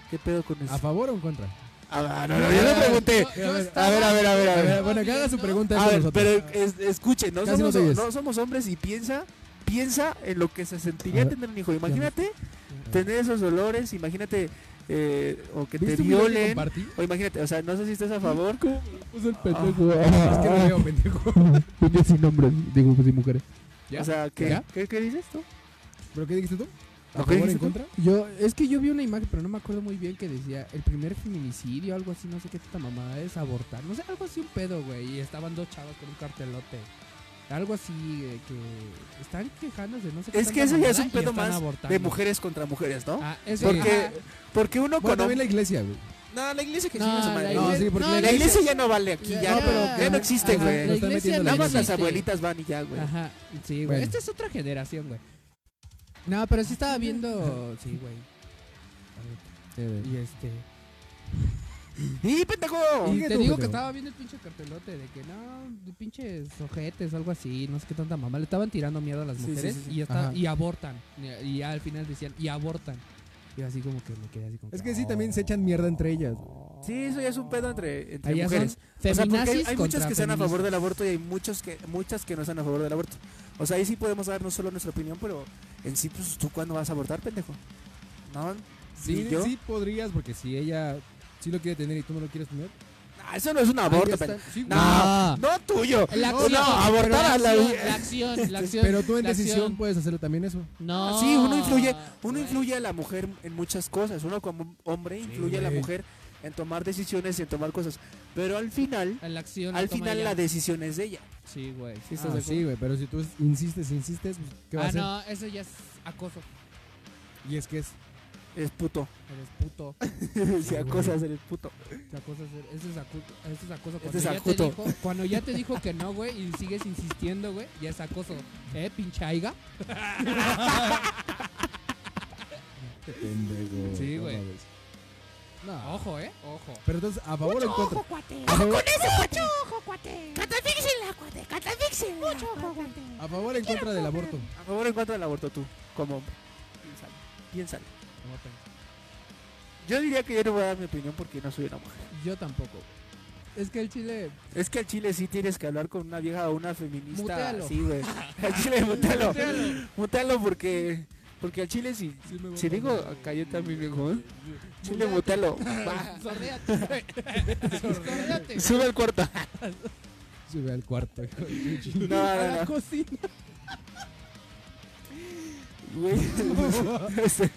B: ¿Qué pedo con eso?
A: ¿A favor o en contra?
B: Ah, no, no, yo le pregunté.
C: Yo- yo
A: A ver,
C: estaba-
B: a ver, a ver, a ver, a
A: A ver,
C: estaba
A: bueno, que haga su
C: viendo-
A: pregunta
B: A
A: eso
B: ver,
A: nosotros.
B: pero es- escuchen, no
A: Casi
B: somos,
A: no te oyes.
B: no somos hombres y piensa, piensa en lo que se sentiría
A: A ver.
B: tener un hijo. Imagínate
A: A ver.
B: tener esos dolores, imagínate eh, o eh, que te
A: ¿Viste un video que
B: violen.
A: compartí?
B: O imagínate, o sea, no sé si estás a favor.
A: Puso Pues el
B: pendejo.
C: Ah.
A: Es que no veo, pendejo. sin hombres, digo,
C: pues,
A: sin mujeres.
B: O sea, ¿qué,
A: ¿Ya?
B: ¿qué, qué dices tú?
A: ¿Pero qué dijiste tú? ¿A
B: ¿Lo
A: favor
B: que
A: o
B: dijiste
A: en
B: tú?
A: contra?
C: Yo, es que yo vi una imagen, pero no me acuerdo muy bien que decía el primer feminicidio, algo así, no sé qué tanta mamada es abortar, no sé, algo así un pedo, güey, y estaban dos chavas con un cartelote. Algo así eh, que están quejándose, no sé qué
B: Es que
C: tanta
B: eso ya es
C: mamada
B: un
C: y
B: pedo
C: están
B: más
C: abortando.
B: De mujeres contra mujeres, ¿no?
C: Ah, eso
B: Porque-
C: ajá.
B: Porque uno
A: Bueno,
B: con
A: también la
B: hom-
A: iglesia, güey.
B: No, la iglesia que
C: No,
B: sigue a su madre.
A: No,
B: No,
A: sí, porque la
B: la iglesia ya no vale aquí,
C: ya-
B: ya,
A: no, pero-
B: ya no existe,
C: ajá,
B: güey.
C: la
A: Lo están
C: iglesia
A: metiendo
C: no
B: Nada más las
C: existe.
B: abuelitas van y ya, güey.
C: Ajá, sí, güey.
A: Bueno.
C: Esta es otra generación, güey. No, pero sí estaba viendo. Sí, güey.
A: Sí,
B: Eh,
A: güey.
C: Y este.
B: ¡Y pendejo!
C: Y
A: Sigue
C: te
A: tú,
C: digo
A: pendejo.
C: que estaba viendo el pinche cartelote de que no, de pinches ojetes, algo así, no sé qué tanta mamá. Le estaban tirando mierda a las
B: Sí,
C: mujeres
B: sí, sí, sí.
C: Y, ya está-
A: Ajá.
C: y abortan. Y, y al final decían, y abortan. Y así como que me quedé así como.
A: Es que sí, también se echan mierda entre ellas.
B: Sí, eso ya es un pedo entre, entre
C: Allá
B: mujeres.
C: son
B: O sea, porque hay-
C: feminazis
B: hay muchas
C: contra
B: que están a favor
C: feministas.
B: del aborto y hay muchos que, muchas que no están a favor del aborto. O sea, ahí sí podemos dar no solo nuestra opinión, pero en sí, pues tú cuándo vas a abortar, pendejo. No,
A: Sí,
B: ¿Y yo?
A: sí podrías, porque si ella sí lo quiere tener y tú no lo quieres tener.
B: Ah, eso no es un
A: ahí
B: aborto,
A: ya
B: pendejo.
A: está. Sí,
B: No,
A: güey.
C: No.
B: no tuyo.
C: La
B: No,
C: acción,
B: no, abortar
C: pero la
B: a la- Este,
C: acción, la acción, la acción.
A: Pero tú en
C: la
A: decisión
C: acción.
A: puedes hacerlo también eso.
C: No.
B: Ah, Sí, uno influye- Uno
C: güey.
B: influye a la mujer en muchas cosas. Uno como hombre influye a la
A: güey.
B: mujer en tomar decisiones y en tomar cosas. Pero al final,
C: En la acción.
B: al
C: toma
B: final
C: ella.
B: la decisión es de ella.
C: Sí, güey.
B: ¿Sí estás
A: Ah,
B: de acuerdo?
A: sí, güey, pero si tú insistes, insistes, pues, ¿qué va a
C: Ah,
A: hacer?
C: no, eso ya es acoso.
A: Y es que es.
B: Es puto.
C: Eres puto.
B: si acosas, eres puto.
C: La cosa es, eso es acu- eso es acoso. Cuando,
B: Este es
C: ya te
B: acuto.
C: dijo, cuando ya te dijo que no, güey, y sigues insistiendo, güey, ya es acoso. ¿Eh, pinche aiga?
A: Pendejo.
C: Sí,
A: no
C: güey.
A: mames. No.
C: Ojo, ¿eh? Ojo.
A: Pero entonces, ¿a favor o en
D: Mucho
A: contra?
D: ojo, cuate.
A: A favor,
D: Mucho ojo, cuate. Catafíxenla, cuate. Catafíxenla. Mucho ojo, cuate.
A: a favor o en contra del aborto.
B: A favor en contra del aborto tú, como hombre. Piénsalo. Piénsalo. Yo diría que yo no voy a dar mi opinión porque no soy una mujer.
C: Yo tampoco. Es que el chile.
B: Es que al chile sí tienes que hablar con una vieja o una feminista.
C: Mutealo.
B: Sí, güey. Al chile, mutealo. Mutealo porque, porque al chile sí. Si digo, acá yo también, viejo. ¿eh? Chile, mutealo. Va.
C: Sordeate, güey. Sordeate.
B: Sube al cuarto.
A: Sube al cuarto. hijo de tu
B: No,
A: chingada.
B: no,
C: A la
B: no.
C: cocina.
B: Güey. Ese,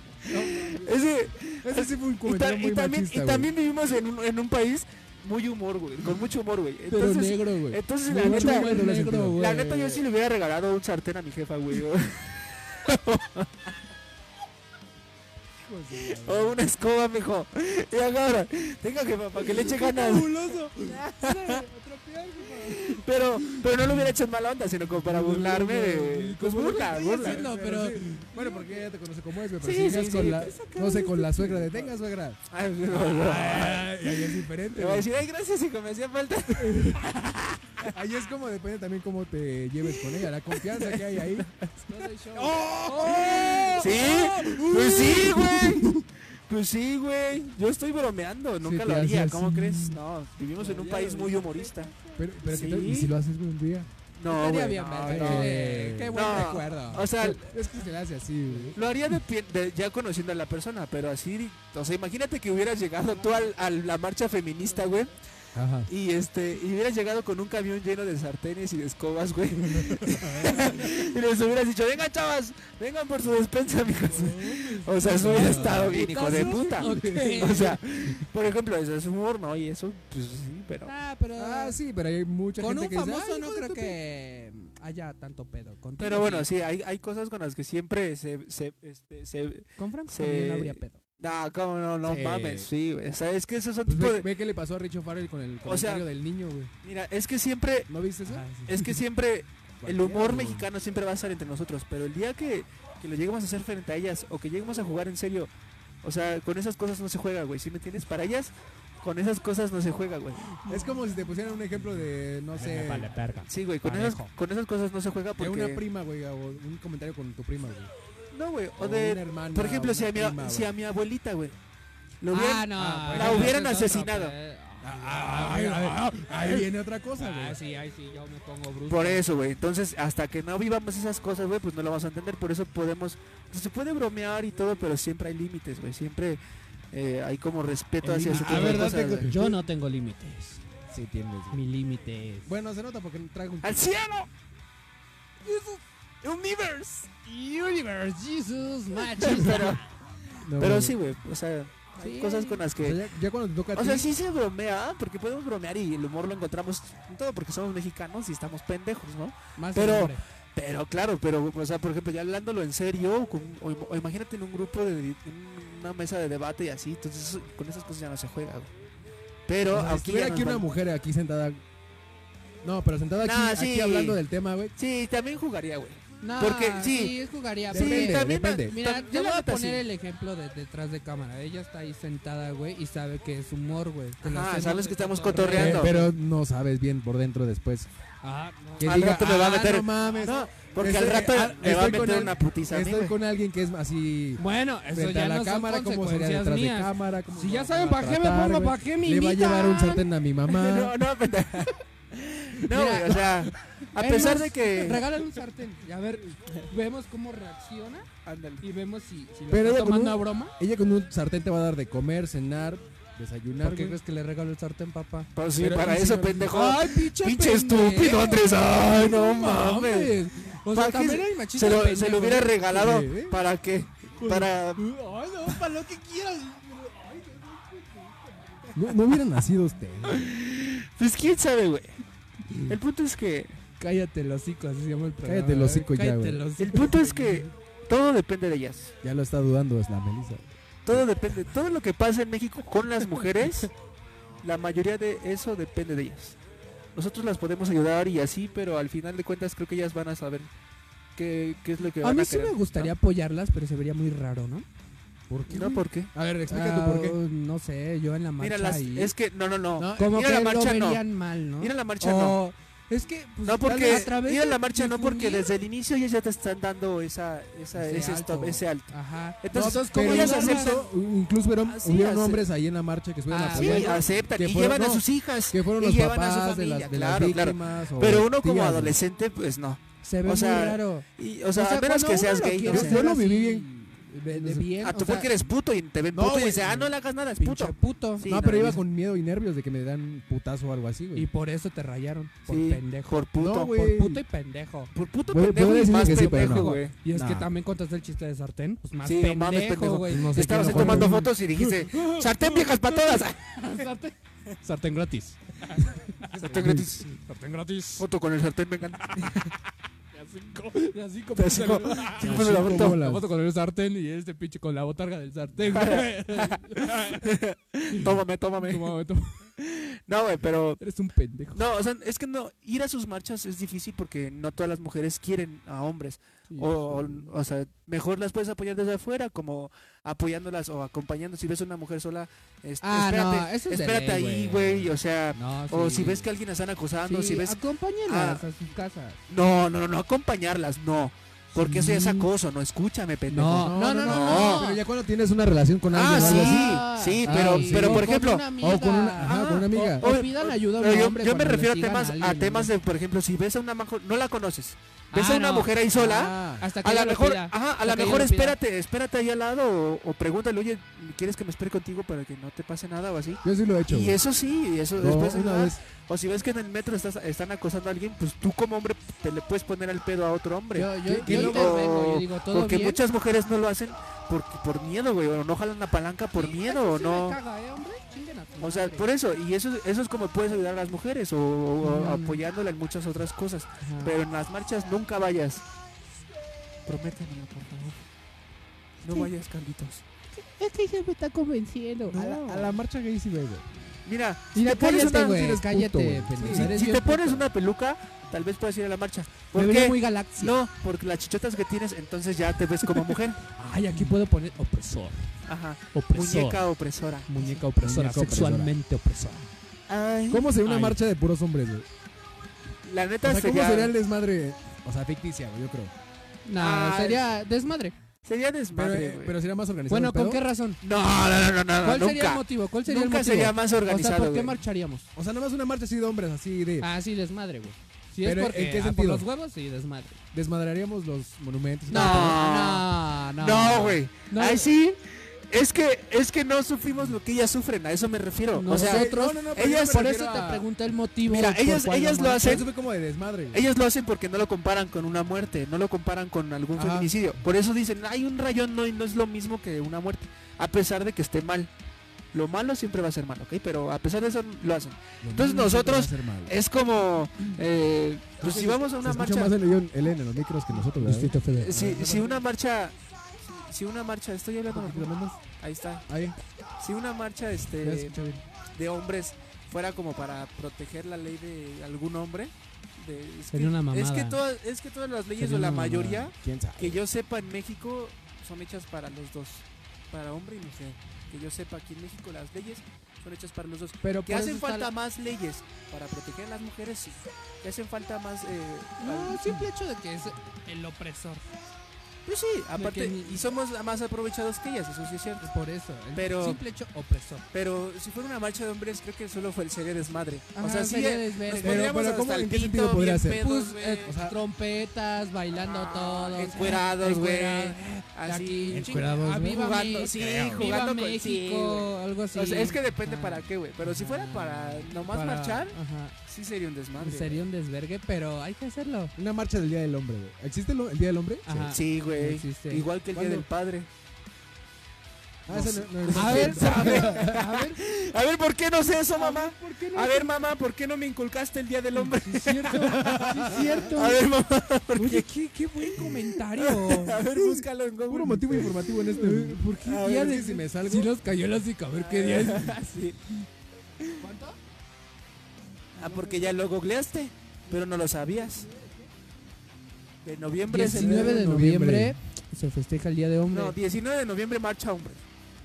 B: ese-
A: Ese sí fue un
B: y,
A: comentario
B: ta- y
A: muy
B: también,
A: machista,
B: y
A: güey.
B: también vivimos en un, en un país muy humor, güey. Con mucho humor, güey.
A: Pero
B: Entonces, eh,
A: negro, güey.
B: entonces
A: Muy
B: la neta,
A: humor negro, güey.
B: la neta, yo sí le hubiera regalado un sartén a mi jefa, güey. O, o una escoba, mijo. Y ahora, tenga que para que le eche ganas.
C: Fabuloso. Atropellar, güey.
B: Pero, pero no lo hubiera hecho en mala onda, sino como para burlarme de. Pues
A: Como
B: burla,
A: estoy
B: burla.
A: haciendo,
C: pero-
A: pero sí. Bueno, porque ella te conoce como es, güey, pero
B: Sí,
A: si
B: sí,
A: llegas
B: sí,
A: con
B: te
A: la... No sé, con la suegra de... Venga, suegra.
B: Ay, no, no.
A: Ay, ahí es diferente,
B: Le voy a
A: güey.
B: decir, ay, gracias, hijo, me hacía falta.
A: Ahí es como depende también cómo te lleves con ella, la confianza que hay ahí.
C: No soy ¡Oh! yo.
B: ¿Sí? Pues sí, güey. Pues sí, güey. Yo estoy bromeando, nunca
A: te
B: lo haría.
A: haces.
B: ¿Cómo crees? No, vivimos en un país muy humorista.
A: Pero, pero si
B: Sí.
A: te- ¿y si lo haces güey, un día?
B: No,
C: Estaría
B: güey.
C: bien,
B: no,
C: verga.
B: no.
C: Eh, Qué buen
B: No.
C: recuerdo.
B: O sea,
A: Es que se le hace así, güey.
B: lo haría de, pie- de- ya conociendo a la persona, pero así, o sea, imagínate que hubieras llegado tú al- a la marcha feminista, güey,
A: Ajá.
B: y este, y hubieras llegado con un camión lleno de sartenes y de escobas, güey. y les hubieras dicho, vengan chavas, vengan por su despensa, amigos. O sea, eso hubiera estado bien, hijo de puta.
C: Ok.
B: O sea, por ejemplo, eso es humor, ¿no? Y eso, pues sí, pero.
C: Ah, pero.
A: Ah, sí, pero hay mucha
C: Con
A: gente
C: un
A: que dice,
C: famoso
A: "Ay,
C: no
A: hijo de
C: creo
A: tu pi-".
C: que haya tanto pedo. Contigo
B: Pero bueno,
C: sí.
B: sí, hay, hay cosas con las que siempre se. se, este, se
C: con Franco
B: se-
C: también no habría pedo.
B: no, cómo no, no
A: Sí.
B: mames, sí, güey. O sea, es que esos son
A: Pues
B: tipo
A: ve,
B: de.
A: ve qué le pasó a Richo Farrell con el comentario
B: O sea-
A: del niño, güey.
B: Mira, es que siempre.
A: ¿No viste eso?
C: Ah, sí.
B: Es que siempre. El
A: Cualquiera,
B: humor
A: güey.
B: mexicano siempre va a estar entre nosotros, pero el día que, que lo lleguemos a hacer frente a ellas o que lleguemos a jugar en serio, o sea, con esas cosas no se juega, güey, ¿sí me entiendes? Para ellas, con esas cosas no se juega, güey.
A: Es como si te pusieran un ejemplo de, no sé,
E: Vale, perra.
B: Sí, güey, con esas,
C: Parejo.
B: con esas cosas no se juega
A: de
B: porque...
A: una prima, güey, o un comentario con tu prima, güey.
B: no, güey, o
A: O
B: de
A: una hermana.
B: Por ejemplo,
A: o
B: si a, mi,
A: una prima,
B: si a
A: güey.
B: mi abuelita, güey. Lo hubieran-
C: Ah, no.
A: Ah,
B: la
C: eso
B: hubieran
C: es otro
B: asesinado.
C: pedo.
A: Ah, ay, ay, Ahí viene otra cosa, güey.
C: Ah, sí, ahí sí, yo me pongo bruto.
B: Por eso, güey. Entonces, hasta que no vivamos esas cosas, güey, pues no lo vamos a entender. Por eso podemos... pues, Se puede bromear y todo, pero siempre hay límites, güey. Siempre eh, hay como respeto
E: El
B: hacia ese
E: límite. A
B: tipo de
A: ver,
B: cosas,
A: date cu-
B: güey.
A: Yo
C: no tengo límites.
A: Sí, tienes, güey.
C: Mi límite es.
A: Bueno, se nota porque traigo un...
B: ¡Al cielo! ¡Universe!
C: Universe, Jesus,
B: Pero,
A: No,
B: pero
A: güey. pues,
B: sí, güey. O sea, hay
C: Sí.
B: cosas con las
A: O sea,
B: que...
A: ya, ya cuando te toca a
B: O
A: ti,
B: sea, sí se bromea, porque podemos bromear y el humor lo encontramos en todo, porque somos mexicanos y estamos pendejos, ¿no?
C: Más
B: Pero-
C: hombre.
B: Pero claro, pero, o sea, por ejemplo, ya hablándolo en serio, o, con- o im- o imagínate en un grupo de en una mesa de debate y así, entonces eso- con esas cosas ya no se juega, güey. Pero
A: o sea, si
B: aquí, ya
A: estuviera
B: nos
A: aquí una
B: van-
A: mujer aquí sentada... No, pero sentada aquí,
B: Nah,
A: aquí
B: sí.
A: hablando del tema, güey.
B: Sí, también jugaría, güey.
C: No,
B: porque- sí.
C: es jugaría.
B: Sí,
C: porque-
B: también
A: depende.
C: Mira,
B: Tam-
C: yo
B: yo
C: voy
B: la
C: a
B: neta,
C: poner
B: sí.
C: el ejemplo de detrás de cámara. Ella está ahí sentada, güey, y sabe que es humor, güey. que lo
B: Ajá,
C: hacemos
B: sabes que
C: de
B: estamos
C: cotorreo.
A: Pe-
B: cotorreando.
A: Eh, Pero no sabes bien por dentro después.
C: Ah, no.
A: Que
B: Al
A: diga,
B: rato me va a
A: "Ah,
B: meter-
A: no mames,
B: No, porque
A: Estoy-
B: al rato
A: ah,
B: me va a
A: estoy con
B: meter
A: el-
B: una putiza a mí,
A: Estoy
B: güey.
A: con alguien que es así...
C: Bueno, eso
A: frente
C: ya
A: a la
C: no
A: cámara,
C: son
A: cómo sería
C: consecuencias
A: detrás de
C: mías.
A: cámara. cómo
C: Si
A: lo
C: ya
A: van
C: saben
A: a
C: para qué me
A: tratar,
C: pongo,
A: güey.
C: para qué
A: Le
C: me
A: va a
C: invitan.
A: llevar un sartén a mi mamá.
B: No, no, pendejo. No,
C: Mira.
B: güey, o sea, a
C: Es
B: pesar
C: más,
B: de que...
C: Regálale un sartén. Y a ver, vemos cómo reacciona y vemos si, si lo
A: Pero ella
C: está
A: con
C: tomando
A: un-
C: a broma.
A: Ella con un sartén te va a dar de comer, cenar, desayunar.
C: ¿Por qué
A: güey.
C: crees que le regaló el sartén, papá?
B: Pero Pues sí,
A: Pero
B: para
A: sí,
B: eso,
A: no-
B: pendejo.
C: Ay, pinche,
B: Pinche
C: pendejo.
B: estúpido, Andrés. Ay, no mames. ¿Para
C: O sea,
B: qué
C: también
B: se-
C: el machista
B: Se lo, se lo
C: pendejo.
B: hubiera regalado.
A: Sí, ¿eh?
B: ¿Para
C: Pues,
B: qué? Para...
C: Ay, no, para lo que quieras.
A: No, no hubiera nacido usted.
B: Pues quién sabe, güey. El punto es que.
C: Cállate el hocico, así se llama el programa.
A: Cállate el hocico ya,
C: Cállate
A: güey.
C: el hocico.
B: El punto es que todo depende de ellas.
A: Ya lo está dudando, es la Melissa.
B: Todo depende. Todo lo que pasa en México con las mujeres, la mayoría de eso depende de ellas. Nosotros las podemos ayudar y así, pero al final de cuentas creo que ellas van a saber qué, qué es lo que
C: A
B: van a
C: mí sí
B: querer,
C: me gustaría apoyarlas, pero se vería muy raro, ¿no?
A: ¿Por
B: ¿No? ¿No? ¿Por qué?
A: A ver,
C: Ah, No sé, yo en la marcha
B: Mira, las,
C: ahí-
B: es que no, no, no.
A: No,
C: Como
B: ir a
C: que
B: la
C: lo
B: marcha no.
C: verían mal, ¿no? Oh.
B: Ir a la marcha no.
C: O- Es que, pues,
B: No, porque
C: a través
B: ir a
C: de
B: la marcha no, porque
C: difundir-
B: desde el inicio ellas ya te están dando esa, esa,
C: Ese
B: ese,
C: alto.
B: stop, ese alto.
C: Ajá.
B: Entonces,
A: Pero
B: ¿cómo ellas
A: incluso-
B: aceptan?
A: Incluso hubieron,
B: Ah, sí,
A: hubieron
B: ace-
A: hombres ahí en la marcha que estuvieron
C: Ah,
B: Sí,
A: apoyando.
B: aceptan
A: que
B: y
A: fueron-
B: llevan a
A: no,
B: sus hijas.
A: que fueron
B: y
A: los
B: llevan a su
A: papás de
B: familia,
A: las, de las
B: claro, claro.
A: víctimas. o
B: Pero uno como
A: tías, güey.
B: adolescente, pues no.
C: Se ve
B: o sea,
C: muy raro.
B: Y, o sea,
C: O sea,
B: a menos
C: cuando
B: que
C: uno
B: seas
C: lo
B: gay,
C: quiere
B: no
A: yo-
B: sé.
A: yo
C: hacer
A: lo viví
C: así,
A: bien.
C: de- de
A: Ah,
C: bien.
B: Ah,
C: o
B: tú fue
C: sea,
B: que eres puto y te ven
A: No,
B: puto y
A: güey.
B: dices, ah, no le hagas nada, es
C: pinche
B: puto.
C: puto.
B: Sí,
A: no,
B: no,
A: pero iba
B: dices-
A: con miedo y nervios de que me dan putazo o algo así, güey.
C: Y por eso te rayaron. Por
B: Sí,
C: pendejo.
B: Por puto.
A: No, güey.
C: Por puto y pendejo.
B: Por puto
A: Voy-
B: pendejo
A: voy a
B: y
A: decirle
B: más
A: que sí, pero
B: pendejo,
A: no.
B: güey.
C: Y es que
A: Nah.
C: también contaste el chiste de sartén. Pues más
B: Sí, no mames,
C: pendejo,
B: pendejo.
C: güey.
A: No sé
B: Estabas ahí
A: quién lo
B: tomando
A: fue.
B: fotos y dijiste, sartén viejas para todas.
C: sartén. sartén gratis.
B: Sartén gratis.
E: Sartén gratis.
B: Foto con el sartén, vengan.
C: Así como
B: Así como-
C: con el-
B: así como la foto.
C: la foto con el sartén y este pinche con la botarga del sartén. güey.
B: Tómame, tómame.
C: Toma, toma.
B: No, güey, pero...
C: Eres un pendejo.
B: No, o sea, es que no, ir a sus marchas es difícil porque no todas las mujeres quieren a hombres. O, o, o sea, mejor las puedes apoyar desde afuera, como apoyándolas o acompañando. Si ves una mujer sola, es-
C: Ah,
B: espérate,
C: no, eso es de
B: espérate
C: ley,
B: ahí,
C: güey.
B: güey. O sea,
C: No,
B: o
C: sí.
B: si ves que alguien la están acosando,
C: Sí,
B: si ves...
C: acompáñenlas
B: Ah.
C: a sus casas.
B: No, no, no, no acompañarlas, no. Porque eso ya es acoso, no, escúchame, pendejo.
C: No, no, no, no.
A: Pero ya cuando tienes una relación con alguien
B: Ah,
A: o algo así.
B: sí, sí,
C: Ah,
B: pero,
A: sí.
B: pero
A: O
B: por ejemplo,
A: O con una, ajá,
B: Ah,
A: con una amiga.
B: o-
C: O pidan ayuda a un
B: pero yo,
C: hombre
B: yo me
C: cuando
B: refiero a
C: sigan
B: temas,
C: alguien,
B: a
C: ¿no?
B: temas de, por ejemplo, si ves a una mujer, no la conoces, ves
C: Ah,
B: a una
C: no.
B: mujer ahí sola,
A: Ah,
C: Hasta que
B: a
C: ella
B: lo
C: lo
B: mejor,
C: pida.
B: ajá, a
C: Hasta
B: lo
C: que ella
B: mejor
C: lo pida.
B: espérate, espérate ahí al lado o, o pregúntale, oye, ¿quieres que me espere contigo para que no te pase nada o así?
A: yo sí lo he hecho.
B: Y
A: güey.
B: eso sí, y eso
A: No,
B: después ah,
A: una
B: ayudar.
A: vez.
B: O si ves que en el metro estás, están acosando a alguien, pues tú como hombre te le puedes poner al pedo a otro hombre.
C: Yo, yo, yo
A: ¿Qué- qué
C: intervengo, yo
B: loco?
C: digo, todo
B: Porque
C: bien.
B: muchas mujeres no lo hacen por, por miedo, güey, o no jalan la palanca por miedo, o
C: Sí
B: no.
C: me caga, ¿eh, hombre? Chinguen a tu
B: O sea,
C: madre.
B: por eso, y eso, eso es como puedes ayudar a las mujeres, o, o
C: Mm.
B: apoyándola en muchas otras cosas.
C: Ajá.
B: Pero en las marchas nunca vayas. Prométemelo, por favor. No
D: Sí.
B: vayas, Carlitos.
D: Es que ella me está convenciendo.
A: A la, a la marcha gay sí, güey. güey.
B: Mira,
C: Mira,
B: te pones
C: cállate,
B: una-
A: si
C: güey.
A: eres puto,
C: Cállate,
A: güey.
C: pendejo.
B: si-
C: Eres
B: si,
C: bien
B: te pones
C: puto.
B: una peluca, tal vez puedas ir a la marcha.
C: Me
B: ¿Por
C: vería
B: qué?
C: muy galaxia.
B: No, porque la chichotas que tienes, entonces ya te ves como mujer.
C: Ay, aquí puedo poner opresor.
B: Ajá.
C: Opresor.
B: Muñeca opresora.
A: Muñeca
C: Muñeca opresora.
A: opresora.
C: sexualmente opresora.
B: Ay.
A: ¿Cómo sería una
E: Ay.
A: marcha de puros hombres, güey?
B: La
A: O
B: neta
A: sea, ¿cómo
B: sería,
A: sería el desmadre? O sea, ficticia, güey, yo creo.
C: No,
B: Ay.
C: sería desmadre.
B: sería
A: Pero,
B: desmadre,
A: eh,
B: güey.
A: pero sería más organizado.
C: Bueno,
A: el
C: ¿con
A: pedo?
C: qué razón?
B: No, no, no, no, no,
C: ¿Cuál sería el
B: nunca.
C: motivo? ¿Cuál sería el
B: Nunca
C: motivo?
B: sería más
C: o sea,
B: organizado,
C: ¿por qué
B: güey.
C: marcharíamos?
A: O sea, nada más una marcha así de hombres, así de.
C: Ah, sí, desmadre, güey. Si
A: Pero,
C: es
A: ¿en
C: porque,
A: qué
C: ah, por
A: sentido?
C: los huevos, sí, desmadre.
A: Desmadraríamos los monumentos.
C: No, no, no.
B: No, güey.
C: No.
B: Ahí sí. Es que, es que no sufrimos lo que ellas sufren, a eso me refiero.
C: No,
B: o sea,
C: nosotros-
A: no, no, no, pero
B: ellas-
A: yo me
C: Por
A: refiero
C: eso
A: a-
C: te pregunté el motivo.
B: Mira,
C: por
B: ellas-
C: cuál
B: ellas lo
C: amor.
B: hacen-
A: Eso fue como de desmadre. güey.
B: ellas lo hacen porque no lo comparan con una muerte, no lo comparan con algún
A: Ajá.
B: feminicidio. Por eso dicen, hay un rayón, no, no es lo mismo que una muerte, a pesar de que esté mal. Lo malo siempre va a ser malo, ¿ok? Pero a pesar de eso lo hacen.
A: Lo
B: entonces
A: mismo siempre va a
B: nosotros-
A: ser mal, güey.
B: Es como, eh, pues si vamos
A: Se
B: a una
A: escucha
B: marcha,
A: más el león Elena en los micros que nosotros, ¿verdad?
C: Distrito Federal.
B: si, si una marcha, si una marcha, estoy hablando,
A: Poquito
B: normal.
A: menos.
B: ahí está.
A: Ahí,
B: Si una marcha,
A: ya se
B: este,
A: escucha bien.
B: de hombres fuera como para proteger la ley de algún hombre. de- es,
C: Sería
B: que,
C: una mamada.
B: es que todas, es que todas las leyes
C: Sería
B: o la
C: una mamada.
B: mayoría
A: ¿Quién sabe?
B: que yo sepa en México son hechas para los dos, para hombre y mujer. Que yo sepa aquí en México las leyes son hechas para los dos.
A: Pero
B: Que
A: por
B: hacen
A: eso está
B: falta
A: la-
B: más leyes para proteger a las mujeres, sí. Que hacen falta más... eh,
A: Ah,
C: No,
B: al-
C: el simple hecho de que es el opresor.
B: Pues sí, aparte,
C: que-
B: y somos más aprovechados que ellas, eso sí es cierto.
C: Por eso, el
B: Pero-
C: simple hecho opresor.
B: Pero si fuera una marcha de hombres, creo que solo fue el serie desmadre. o
C: Ajá,
B: sea, sí,
C: sería
B: eh,
C: desvergue.
B: nos
A: Pero-
B: pondríamos
A: pero
B: hasta
A: ¿cómo-
B: el
A: en qué sentido
B: pito,
A: podría
B: bien
A: ser?
B: pedos,
C: Pues,
B: güey.
C: eh, trompetas, bailando
B: Ah,
C: todos.
B: encuerados,
A: este,
B: güey.
C: Así.
B: Así.
A: Encuerados, güey.
C: Viva
B: Jugando,
C: México.
B: sí,
C: Viva
B: jugando con- sí,
C: México. algo así.
B: O sea, es que depende
C: Ah.
B: para qué, güey. Pero si fuera
C: Ah.
B: para nomás
C: Para-
B: marchar,
C: Ajá.
B: sí sería un desmadre.
C: Sería un desvergue, pero hay que hacerlo.
A: Una marcha del Día del Hombre, güey. ¿Existe el, el Día del Hombre?
C: Ajá.
B: Sí,
C: No
B: güey.
C: existe.
B: Igual que el Día
A: ¿Cuándo?
B: del Padre.
A: Ah, ese no- no,
C: A ver, a ver, a ver.
B: A ver, ¿por qué no sé eso,
C: a
B: mamá?
C: ver, ¿por qué no? Mm.
B: A ver, mamá, ¿por qué no me inculcaste el Día del Hombre?
C: Sí, es cierto, sí, es cierto.
B: A ver, mamá,
C: Oye, qué, qué buen comentario.
B: a ver, búscalo en Google.
A: puro motivo informativo en
B: Eh,
A: este.
C: ¿Por qué
B: A
C: día
B: ver,
C: de-
A: es que si me salgo-
C: Sí nos cayó la hocico, a ver qué día es.
B: Sí. Ah, porque ya lo googleaste, pero no lo sabías. De noviembre es el-
C: 19 de noviembre se festeja el Día de Hombre.
B: No, 19 de noviembre marcha hombre.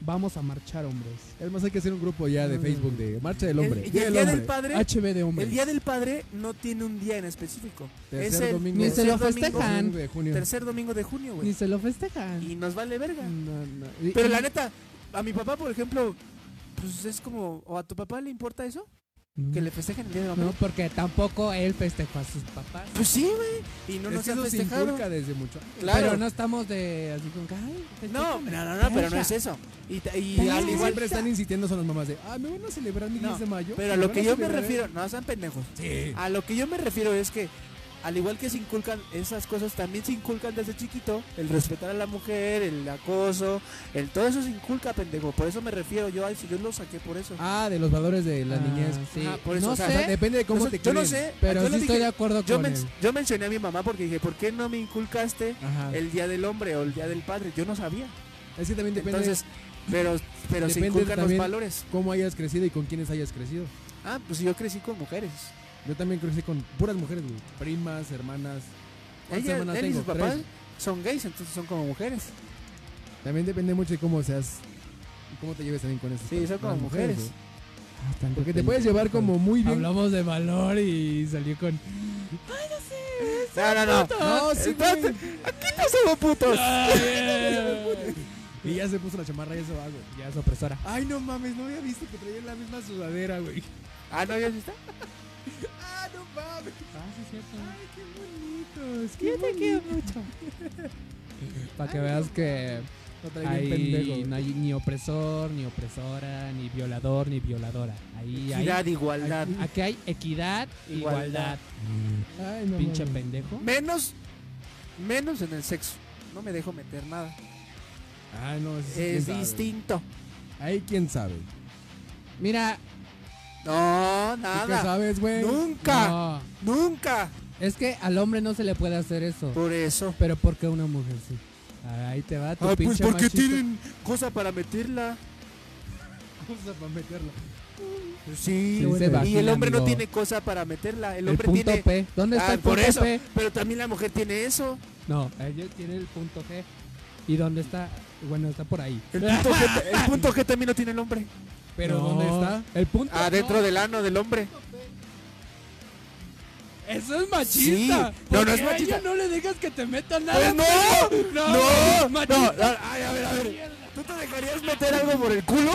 C: Vamos a marchar, hombres.
A: Es más, hay que hacer un grupo ya de
B: Ah,
A: Facebook de Marcha del
B: El,
A: Hombre.
B: y el día del padre,
C: HB de Hombre.
B: el día del padre no tiene un día en específico.
A: Tercer
B: es el
A: domingo.
C: Ni se lo
B: tercer domingo-
C: festejan.
A: de junio.
B: Tercer domingo de junio,
C: Ni
B: güey.
C: se lo festejan.
B: Y nos vale verga.
C: No, no. Y-
B: Pero la
C: y-
B: neta, a mi papá, por ejemplo, pues es como, ¿o a tu papá le importa eso?
C: No,
B: Que le festejen el día del hombre.
C: no, porque tampoco él festejó a sus papás.
B: Pues sí, güey. Y no
A: es
B: nos
A: que
B: han
A: eso se
B: festejado.
A: inculca desde mucho.
B: Claro.
C: Pero no estamos de así con que, ay,
B: No,
C: festéjame.
B: no, no, no, pero no es
C: Fecha.
B: eso. Y, ta- y
C: Pero
B: al
C: es
B: igual,
A: Siempre están insistiendo son las mamás de, ah, me van a celebrar mi
B: No,
A: 10 de mayo.
B: pero a lo
A: van
B: que yo me
A: celebrar".
B: refiero, no sean pendejos.
E: Sí.
B: A lo que yo me refiero es que, al igual que se inculcan esas cosas, también se inculcan desde chiquito el respetar a la mujer, el acoso, el todo eso se inculca, pendejo. Por eso me refiero yo, ay, si yo lo saqué por eso.
A: Ah, de los valores de la
C: Ah,
A: niñez.
C: sí.
B: Ajá, por eso,
C: no
B: o sea,
A: O sea,
C: sé,
A: depende de cómo
B: Entonces,
A: te
B: yo no
A: críen.
B: sé,
C: pero
B: yo
C: sí
B: lo
C: estoy
B: dije-
C: de acuerdo
B: yo,
C: con
B: men-
C: él.
B: yo mencioné a mi mamá porque dije, ¿por qué no me inculcaste
A: Ah.
C: Ajá.
B: el día del hombre o el día del padre? Yo no sabía.
A: Es que también depende
B: Entonces, pero, pero se
A: Depende
B: inculcan los
A: también-
B: valores.
A: cómo hayas crecido y con quiénes hayas crecido.
B: Ah, pues yo crecí con mujeres.
A: Yo también crecí con puras mujeres, güey. Primas, hermanas. ¿Cuántas
B: Ella,
A: hermanas
B: él y
A: tengo?
B: sus papás
A: Tres.
B: son gays, entonces son como mujeres.
A: También depende mucho de cómo seas y cómo te lleves también con esas
B: Sí, son como
A: las
B: mujeres.
A: güey.
B: Ah,
C: Bastante
A: Porque te
C: pendejo.
A: puedes llevar como muy bien.
C: Hablamos de valor y salió con.
B: No, no, no.
A: No, sí, güey.
B: Espérate, Aquí no somos putos.
C: Ah,
A: Y ya se puso la chamarra y ya se va, güey.
C: Ya es opresora.
A: Ay, no mames, no había visto que traía la misma sudadera, güey.
B: Ah, no, ya sí está.
A: Ah, no mames.
C: Ah, sí,
A: Ay,
C: es cierto.
A: qué bonitos.
C: Yo
A: Qué
C: te quiero mucho. Para que veas que
A: Lo traía bien
C: ahí
A: pendejo.
C: no hay ni opresor, ni opresora, ni violador, ni violadora. Ahí hay.
B: Equidad, igualdad.
C: Aquí hay equidad, e igualdad.
B: Igualdad.
A: Ay, no
C: Pinche
A: mames.
C: pendejo.
B: Menos, menos en el sexo. No me dejo meter nada.
A: Ay, Ah, no, eso sí, quién
B: Es
A: sabe.
B: distinto.
A: Ahí quién sabe.
C: Mira,
B: No,
A: ¿Tú qué
B: nada.
A: sabes, güey?
B: Nunca,
C: no,
B: nunca.
C: es que al hombre no se le puede hacer eso.
B: Por eso.
C: Pero ¿por qué a una mujer sí? Ahí te va tu
B: Ah, pues
C: pinche
B: porque
C: machista.
B: tienen cosa para meterla.
A: Cosa para meterla.
B: Sí,
C: Sí,
B: bueno.
C: se
B: y el
C: vagina,
B: hombre no
C: amigo.
B: tiene cosa para meterla. El
C: El,
B: hombre
C: punto
B: tiene.
C: P. ¿Dónde está
B: Ah,
C: el punto
B: por eso.
C: P?
B: Pero también la mujer tiene eso.
C: No, ella tiene el punto G. ¿Y dónde está? Bueno, está por ahí.
B: El punto, G, el punto G también lo tiene el hombre.
A: Pero
C: No,
A: ¿dónde está?
C: El punto
B: Adentro
C: no.
B: del ano del hombre.
C: Eso es machista.
B: Sí. No,
C: Porque
B: no es
C: a
B: machista.
C: ella no le dejas que te metan nada.
B: Pues no,
C: no,
B: no, no,
C: machista.
B: no, ay, a ver, a
C: Pues
B: ver. ¿Tú te dejarías meter algo por el culo?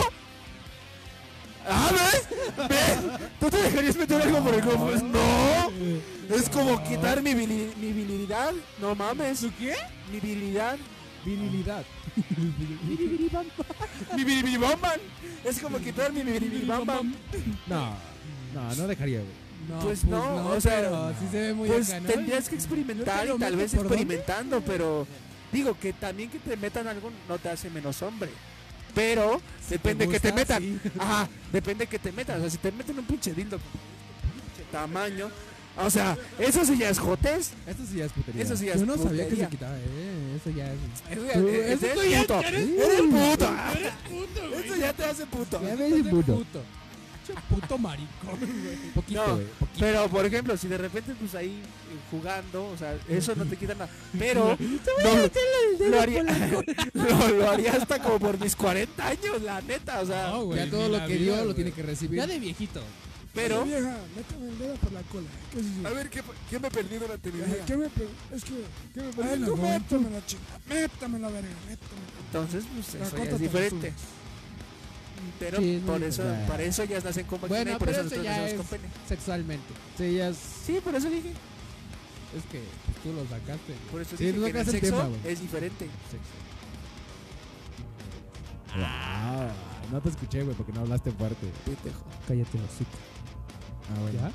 B: Ah, ¿ves? ¿Ves? ¿Tú te dejarías meter algo por el culo? Pues no. Es como quitar mi, vili- mi virilidad. No mames.
C: qué?
B: Mi virilidad.
A: Virilidad.
B: Mi virilibamban. Es como quitar mi virilibamban.
A: No, no, no dejaría, güey.
C: No,
B: Pues no, o sea,
C: pero sí se ve muy
B: Pues
C: acá, ¿no?
B: tendrías que experimentar
C: Yo te
B: y
C: lo
B: tal
C: meto
B: vez
C: por dónde.
B: experimentando, pero digo que también que te metan algo no te hace menos hombre. Pero depende Pues que te
C: gusta,
B: metan.
C: sí.
B: Ajá, depende que te metan. O sea, si te meten un pinche dildo con este pinche tamaño. O sea, eso sí ya es jotes.
A: Esto sí ya es putería.
B: Eso sí ya es
C: Yo no sabía que
B: putería.
C: se quitaba, eh, eso ya es.
B: Eso ya,
C: Tú-
B: eh,
C: eso
B: eres
C: tú ya
B: puto.
C: eres
B: Eres puto. Ah, Eso ya te hace puto.
A: ves, puto.
C: puto. Pinche puto maricón, güey.
A: Poquito,
B: No.
A: güey. poquito.
B: Pero, por ejemplo, si de repente, pues ahí eh, jugando, o sea, eso no te quita nada. Pero, no, lo, haría, lo, lo haría hasta como por mis 40 años, la neta, o sea.
C: No, güey,
A: ya
C: ni
A: todo
C: la
A: lo que
C: vida,
A: dio lo
C: Pues, güey.
A: tiene que recibir.
C: Ya de viejito.
B: pero,
F: Vieja, métame el dedo por la cola. ¿Qué es eso?
B: a ver, ¿qué, qué me perdí durante mi
F: Ay,
B: vida?
F: ¿Qué me pe- Es que. ¿Qué me
A: perdí en la
F: Tú
A: juventud?
F: métame la chica. Métame la verga. Métame.
B: Entonces, pues eso ya
F: Acótate
B: es diferente. Pero
C: Sí, no,
B: por
C: no,
B: eso,
A: no.
B: para eso ya nacen con vagina
C: Bueno,
B: y por
C: pero
B: eso
C: eso
B: nosotros
C: ya
B: nacemos
C: es-
B: con pene.
C: Sexualmente.
A: Sí, ya es,
B: Sí, por eso dije.
C: Es que tú lo sacaste. güey.
B: Por eso
A: Sí,
B: dije
A: tú
B: que en el
A: sacas el
B: sexo
A: tema,
C: pues.
A: güey.
B: es diferente.
A: Ah, no te escuché, güey, porque no hablaste fuerte.
C: Cállate los hocico.
A: Ah, bueno.
C: ¿Ya?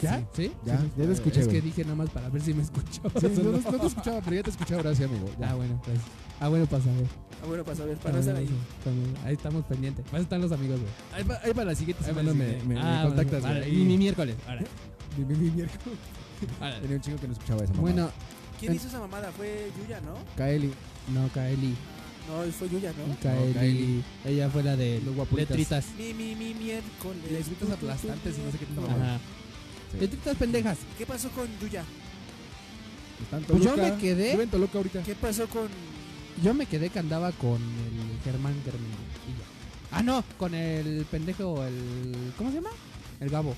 C: ¿Ya?
A: Sí.
C: ¿Sí?
A: Ya,
C: Sí,
A: ya te
C: eh,
A: escuché,
C: Es que
A: güey.
C: dije nada más para ver si me escuchó.
A: Sí, no, no te escuchaba, pero ya te escuché ahora sí, amigo. Ya.
C: Ah, bueno, pues. Ah, bueno, pasa, güey.
B: Ah, bueno, para saber, para no estar ahí.
C: También, Ahí estamos pendientes. Vas a estar los amigos, güey.
A: Ahí va, ahí va la siguiente
C: Ahí va
A: semana. Me,
C: la siguiente.
A: me- me
C: Ah,
A: contactas,
C: bueno,
A: güey.
C: vale, Y mi miércoles. Ahora,
A: Mi- mi- mi miércoles.
C: ahora.
A: Tenía un chico que no escuchaba esa mamada.
C: Bueno,
B: ¿Quién hizo esa mamada? Fue Yuya, ¿no?
A: Kaeli.
C: no, Kaeli.
B: No, fue Yuya, ¿no?
C: Kaeli.
A: Kaeli.
C: Ella fue la de
A: Los guapulitas.
C: letritas.
B: Mi, mi, mi miércoles.
A: Les gritas aplastantes y no sé qué tanto,
C: Ajá.
A: Sí.
C: Letritas pendejas.
B: ¿Qué pasó con Yuya?
A: Está en
C: Pues yo
A: Toluca.
C: me quedé-
A: Estuve en Toluca ahorita.
B: ¿Qué pasó con
C: Yo me quedé que andaba con el Germán Germán. y ya. Ah, no, con el pendejo, el. ¿Cómo se llama? El Gabo.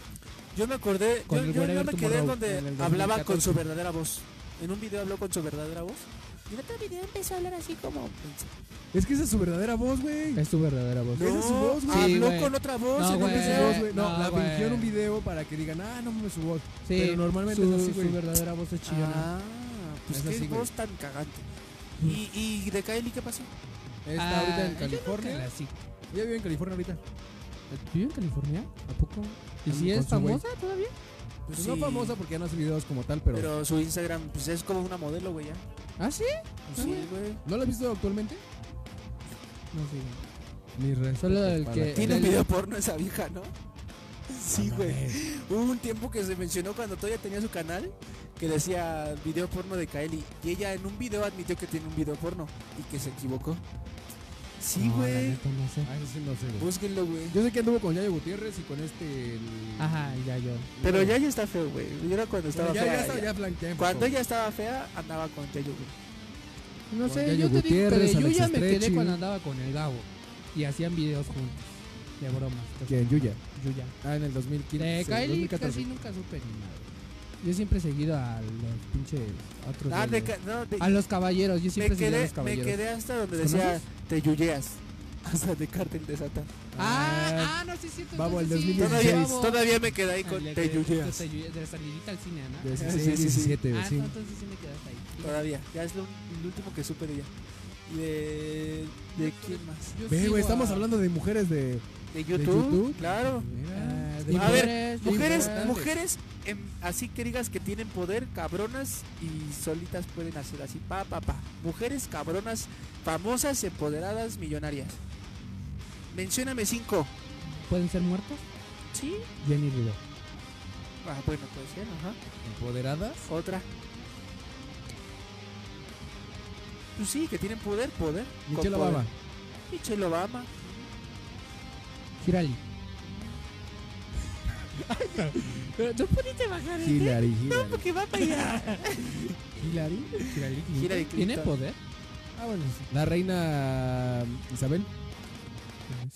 B: Yo me acordé,
C: Con
B: yo-
C: el
B: yo, yo
C: Whatever
B: me quedé
C: Tomorrow,
B: donde
C: en el
B: hablaba con
C: 2014.
B: su verdadera voz. En un video habló con su verdadera voz. Y en otro video empezó a hablar así como.
A: Es que esa es su verdadera voz, güey.
C: Es su verdadera voz.
A: No, Esa es su voz, güey.
B: habló
C: Sí, güey.
B: con otra voz
C: No,
B: en un
C: güey.
A: Esa
B: video.
A: voz, güey. No,
C: no,
A: la
C: güey.
A: fingió en un video para que digan, ah, no mames su voz.
C: Sí,
A: Pero normalmente
C: su,
A: es así, güey.
C: su verdadera voz es chillona.
B: Ah, pues
A: Es
B: qué
A: así, güey.
B: voz tan cagante. ¿Y, y de Kylie qué pasó?
A: Está ahorita en
C: ah, yo no creo
A: California.
C: así.
A: Ella vive en California ahorita.
C: ¿Vive en California? ¿A poco? ¿Y
A: Con
C: si es
A: su güey.
C: famosa todavía?
B: Pues
A: Pues no
B: sí,
A: famosa porque ya no hace videos como tal, pero,
B: pero... su Instagram pues es como una modelo, güey, ya.
C: ¿Ah, sí?
B: Pues
C: Ah,
B: sí,
C: güey.
B: güey.
A: ¿no la has visto actualmente?
C: No sé.
A: Ni
C: güey.
A: res.
C: Solo el
A: Eh,
C: que-
B: Tiene un
C: Del-
B: video porno esa vieja, ¿no? Sí, güey. Hubo un tiempo que se mencionó cuando todavía tenía su canal que decía video porno de Kylie. Y ella en un video admitió que tiene un video porno y que se equivocó. Sí,
C: No, la
B: güey.
C: neta, no sé.
A: Ah, eso sí no sé, güey.
B: Búsquenlo, güey.
A: Yo sé que anduvo con Yayo Gutiérrez y con este. el-
C: Ajá, ya yo.
B: Pero ya ya está feo, güey. Yo era cuando estaba
A: Bueno, ya,
B: fea.
A: ya, está,
B: ella.
A: ya flanquea un
B: Cuando
A: poco.
B: ella estaba fea, andaba con Yayo, güey.
C: No
A: Con
C: sé,
A: Yayo
C: yo te digo, pero
A: Gutiérrez,
C: yo
A: Alex
C: ya me quedé
A: Estrechi.
C: cuando andaba con el Gabo. Y hacían videos juntos. De bromas.
A: ¿Quién? Yuya.
C: Yuya.
A: Ah, en el 2015.
C: De Eh, Kylie
A: 2014.
C: casi nunca supe ni nada. Yo siempre he seguido a los pinches otros.
B: Ah,
C: güeyes.
B: de ca- no, de-
C: a los caballeros, yo
B: me,
C: pues, siempre seguí a
B: quedé,
C: los
B: me
C: caballeros.
B: quedé hasta donde
C: ¿Los
B: decía te yuyeas. Hasta de cártel de Satan.
C: Ah, ah, no, sí es cierto.
A: Babo, el
C: entonces sí,
A: 2016.
B: Todavía,
C: Babo.
B: todavía me quedé ahí con
C: El de
B: te
C: que-
B: yuyeas.
C: te yuye- De la salidita al cine, ¿no?
A: 16,
B: Sí, sí, sí.
A: 17,
C: Ah,
A: güey, sí.
C: no, entonces sí me quedaste ahí.
B: Todavía, ya es lo, el último que supe de ella. Y de. ¿De quién más?
C: Yo
A: Ve,
C: sigo
A: güey, estamos
C: a-
A: hablando de mujeres de.
B: ¿De
A: YouTube?
B: YouTube? Claro.
A: Mira.
C: Ah,
A: Y-
C: de
B: A ver,
C: de
B: Mujeres,
C: importantes.
B: mujeres em, así que digas que tienen poder, cabronas y solitas pueden hacer así, pa, pa, pa. Mujeres cabronas, famosas, empoderadas, millonarias. Mencióname cinco.
C: ¿Pueden ser muertas?
B: Sí.
C: Jenny Rivera.
B: Ah, bueno, puede ser, ajá.
A: ¿Empoderadas?
B: Otra. Pues sí, que tienen poder, poder. con
A: Michelle
B: poder.
A: Obama.
B: Michelle Obama.
C: Girali. ¿No pudiste bajar
A: Hillary, Hillary.
D: que va para allá.
A: Hillary.
B: Hillary
C: ¿Tiene
B: Clinton.
C: poder?
A: Ah, bueno. sí. La reina um, Isabel.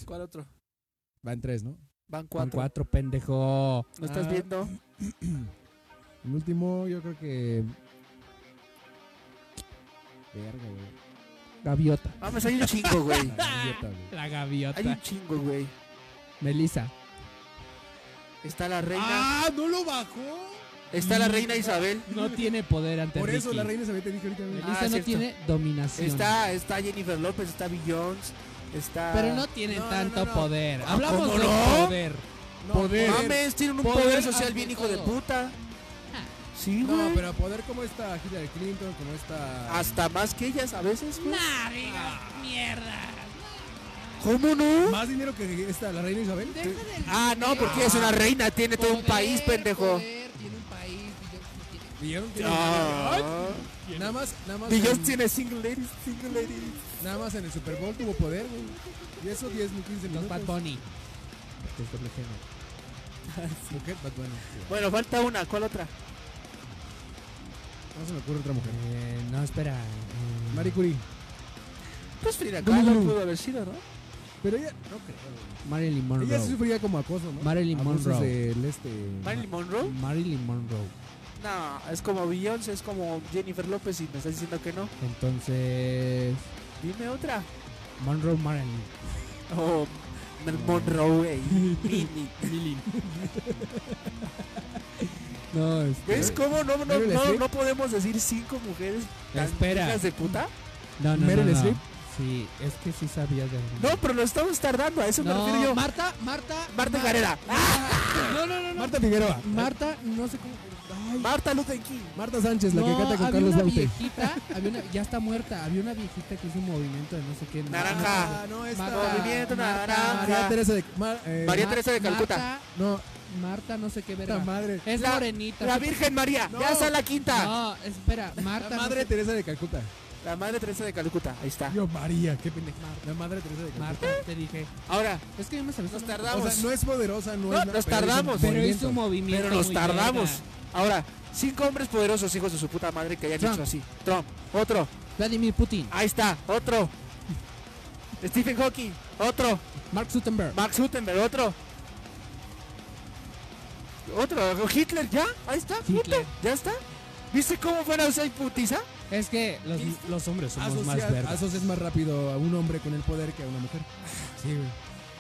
B: ¿Cuál otro?
A: Va en tres, ¿no?
B: Van
C: Con
B: cuatro.
C: cuatro, pendejo.
B: ¿No estás
A: Ah.
B: viendo?
A: El último, yo creo que. Verga, güey.
C: Gaviota.
B: Vamos, Ah, pues hay un chingo, güey.
A: La gaviota, güey.
C: La
B: Hay
C: gaviota.
B: un chingo, güey.
C: Melissa.
B: Está la reina.
A: ¡Ah! ¡No lo bajó!
B: Está la reina Isabel.
C: No tiene poder ante
A: Por eso
C: Ricky.
A: la reina Isabel te dije ahorita, güey.
C: Melissa
B: Ah,
C: no
B: cierto.
C: tiene dominación.
B: Está, está Jennifer López, está Beyoncé, está...
C: Pero no tiene
B: No, no,
C: tanto
B: no, no.
C: poder.
B: Ah,
C: Hablamos
B: ¿cómo
C: de
B: no?
C: poder.
A: No, poder.
B: Poder. Mames, tienen un
C: Poder
B: poder, social bien hijo de
C: ante todo.
B: puta. Sí, güey.
A: No, pero poder como esta Hillary Clinton, como esta.
B: Hasta más que ellas a veces, güey.
D: Nah, digas mierda.
B: ¿Cómo no?
A: Más dinero que esta, la reina Isabel.
D: Deja de
B: Ah, no, porque es una reina, tiene todo un
C: Poder,
B: país, pendejo.
C: poder, tiene un país,
A: Vieron
C: Beyoncé tiene-
A: que-
B: Ah.
A: Nada más, nada más.
B: Beyoncé
A: en-
B: tiene single ladies, single ladies.
A: Nada más en el Super Bowl tuvo poder, güey. Y eso 10, ni 15
C: Los
A: minutos.
C: Bad Bunny. Porque es doble género.
A: Mujer, Bad Bunny. sí.
B: Bueno, falta una, ¿cuál otra?
A: No se me ocurre otra mujer.
C: Eh, no, espera. eh,
A: Marie Curie.
B: Pues Frida Kahlo pudo haber sido, ¿no?
A: Pero ella. No creo,
C: Marilyn
A: güey.
C: Monroe.
A: Ella sí sufría como acoso, ¿no?
C: Marilyn
A: Abusos
C: Monroe.
A: del este.
B: Marilyn Monroe.
C: Marilyn Monroe.
B: No, es como Beyoncé, es como Jennifer López y me estás diciendo que no.
C: Entonces.
B: Dime otra.
C: Monroe Marilyn.
B: Oh, Mel Monroe, güey. Mini.
C: No,
B: ¿Ves cómo no, no,
A: Meryl
B: no,
A: Streep.
B: no podemos decir cinco mujeres tan
C: Espera.
B: hijas de puta?
C: No, no,
A: Meryl
C: no, no.
A: Streep.
C: Sí, es que sí sabía de.
B: No, pero lo estamos tardando, a eso me refiero yo.
C: Marta, Marta.
B: Marta Garera.
C: No, no, no, no.
A: Marta Figueroa.
C: Marta, no sé cómo.
F: Ay,
B: Ah, Marta Luther King.
A: Marta Sánchez, la
C: No,
A: que canta con
C: había
A: Carlos
C: una
A: Baute.
C: viejita, había una- ya está muerta, había una viejita que hizo un movimiento de no sé qué. no-
B: Naranja.
C: no-
A: Ah, no,
C: Marta-
A: esta.
B: Movimiento
C: Marta-
A: María
B: naranja.
A: Teresa de. Mar- eh,
B: María
C: Mar-
B: Teresa de Calcuta.
C: Marta,
A: No,
C: Marta no sé qué
A: esta
C: verga.
A: madre.
C: es
B: La-
C: morenita.
B: La Virgen María.
A: No.
B: Ya está la quinta.
C: No, espera, Marta.
A: La
C: no
A: madre
C: sé-
A: Teresa de Calcuta.
B: La Madre Teresa de Calcuta. Ahí está.
A: Yo, María, qué pendeja. La madre Teresa de Calcuta.
C: Marta, te dije.
B: Ahora,
C: Es que yo me sabía.
B: nos
C: su nombre.
B: tardamos.
A: O sea, no es poderosa, no,
B: No,
A: es.
B: nos
A: pero hizo un
B: tardamos.
C: Pero
A: movimiento.
C: hizo un movimiento.
B: Pero nos
C: muy
B: tardamos.
C: verga.
B: Ahora, cinco hombres poderosos, hijos de su puta madre, que hayan
C: Trump.
B: hecho así. Trump. Otro.
C: Vladimir Putin,
B: Ahí está. Otro. Stephen Hawking. Otro.
C: Mark Zuckerberg.
B: Max Gutenberg. Otro. Otro. Hitler. Ya. Ahí está. puta,
C: Hitler.
B: Ya está. ¿Viste cómo fuera Usai Putiza?
C: Es que los,
A: ¿Viste?
C: los hombres somos
A: Asocia-
C: más vergas.
A: Asocias más rápido a un hombre con el poder que a una mujer. Sí, güey.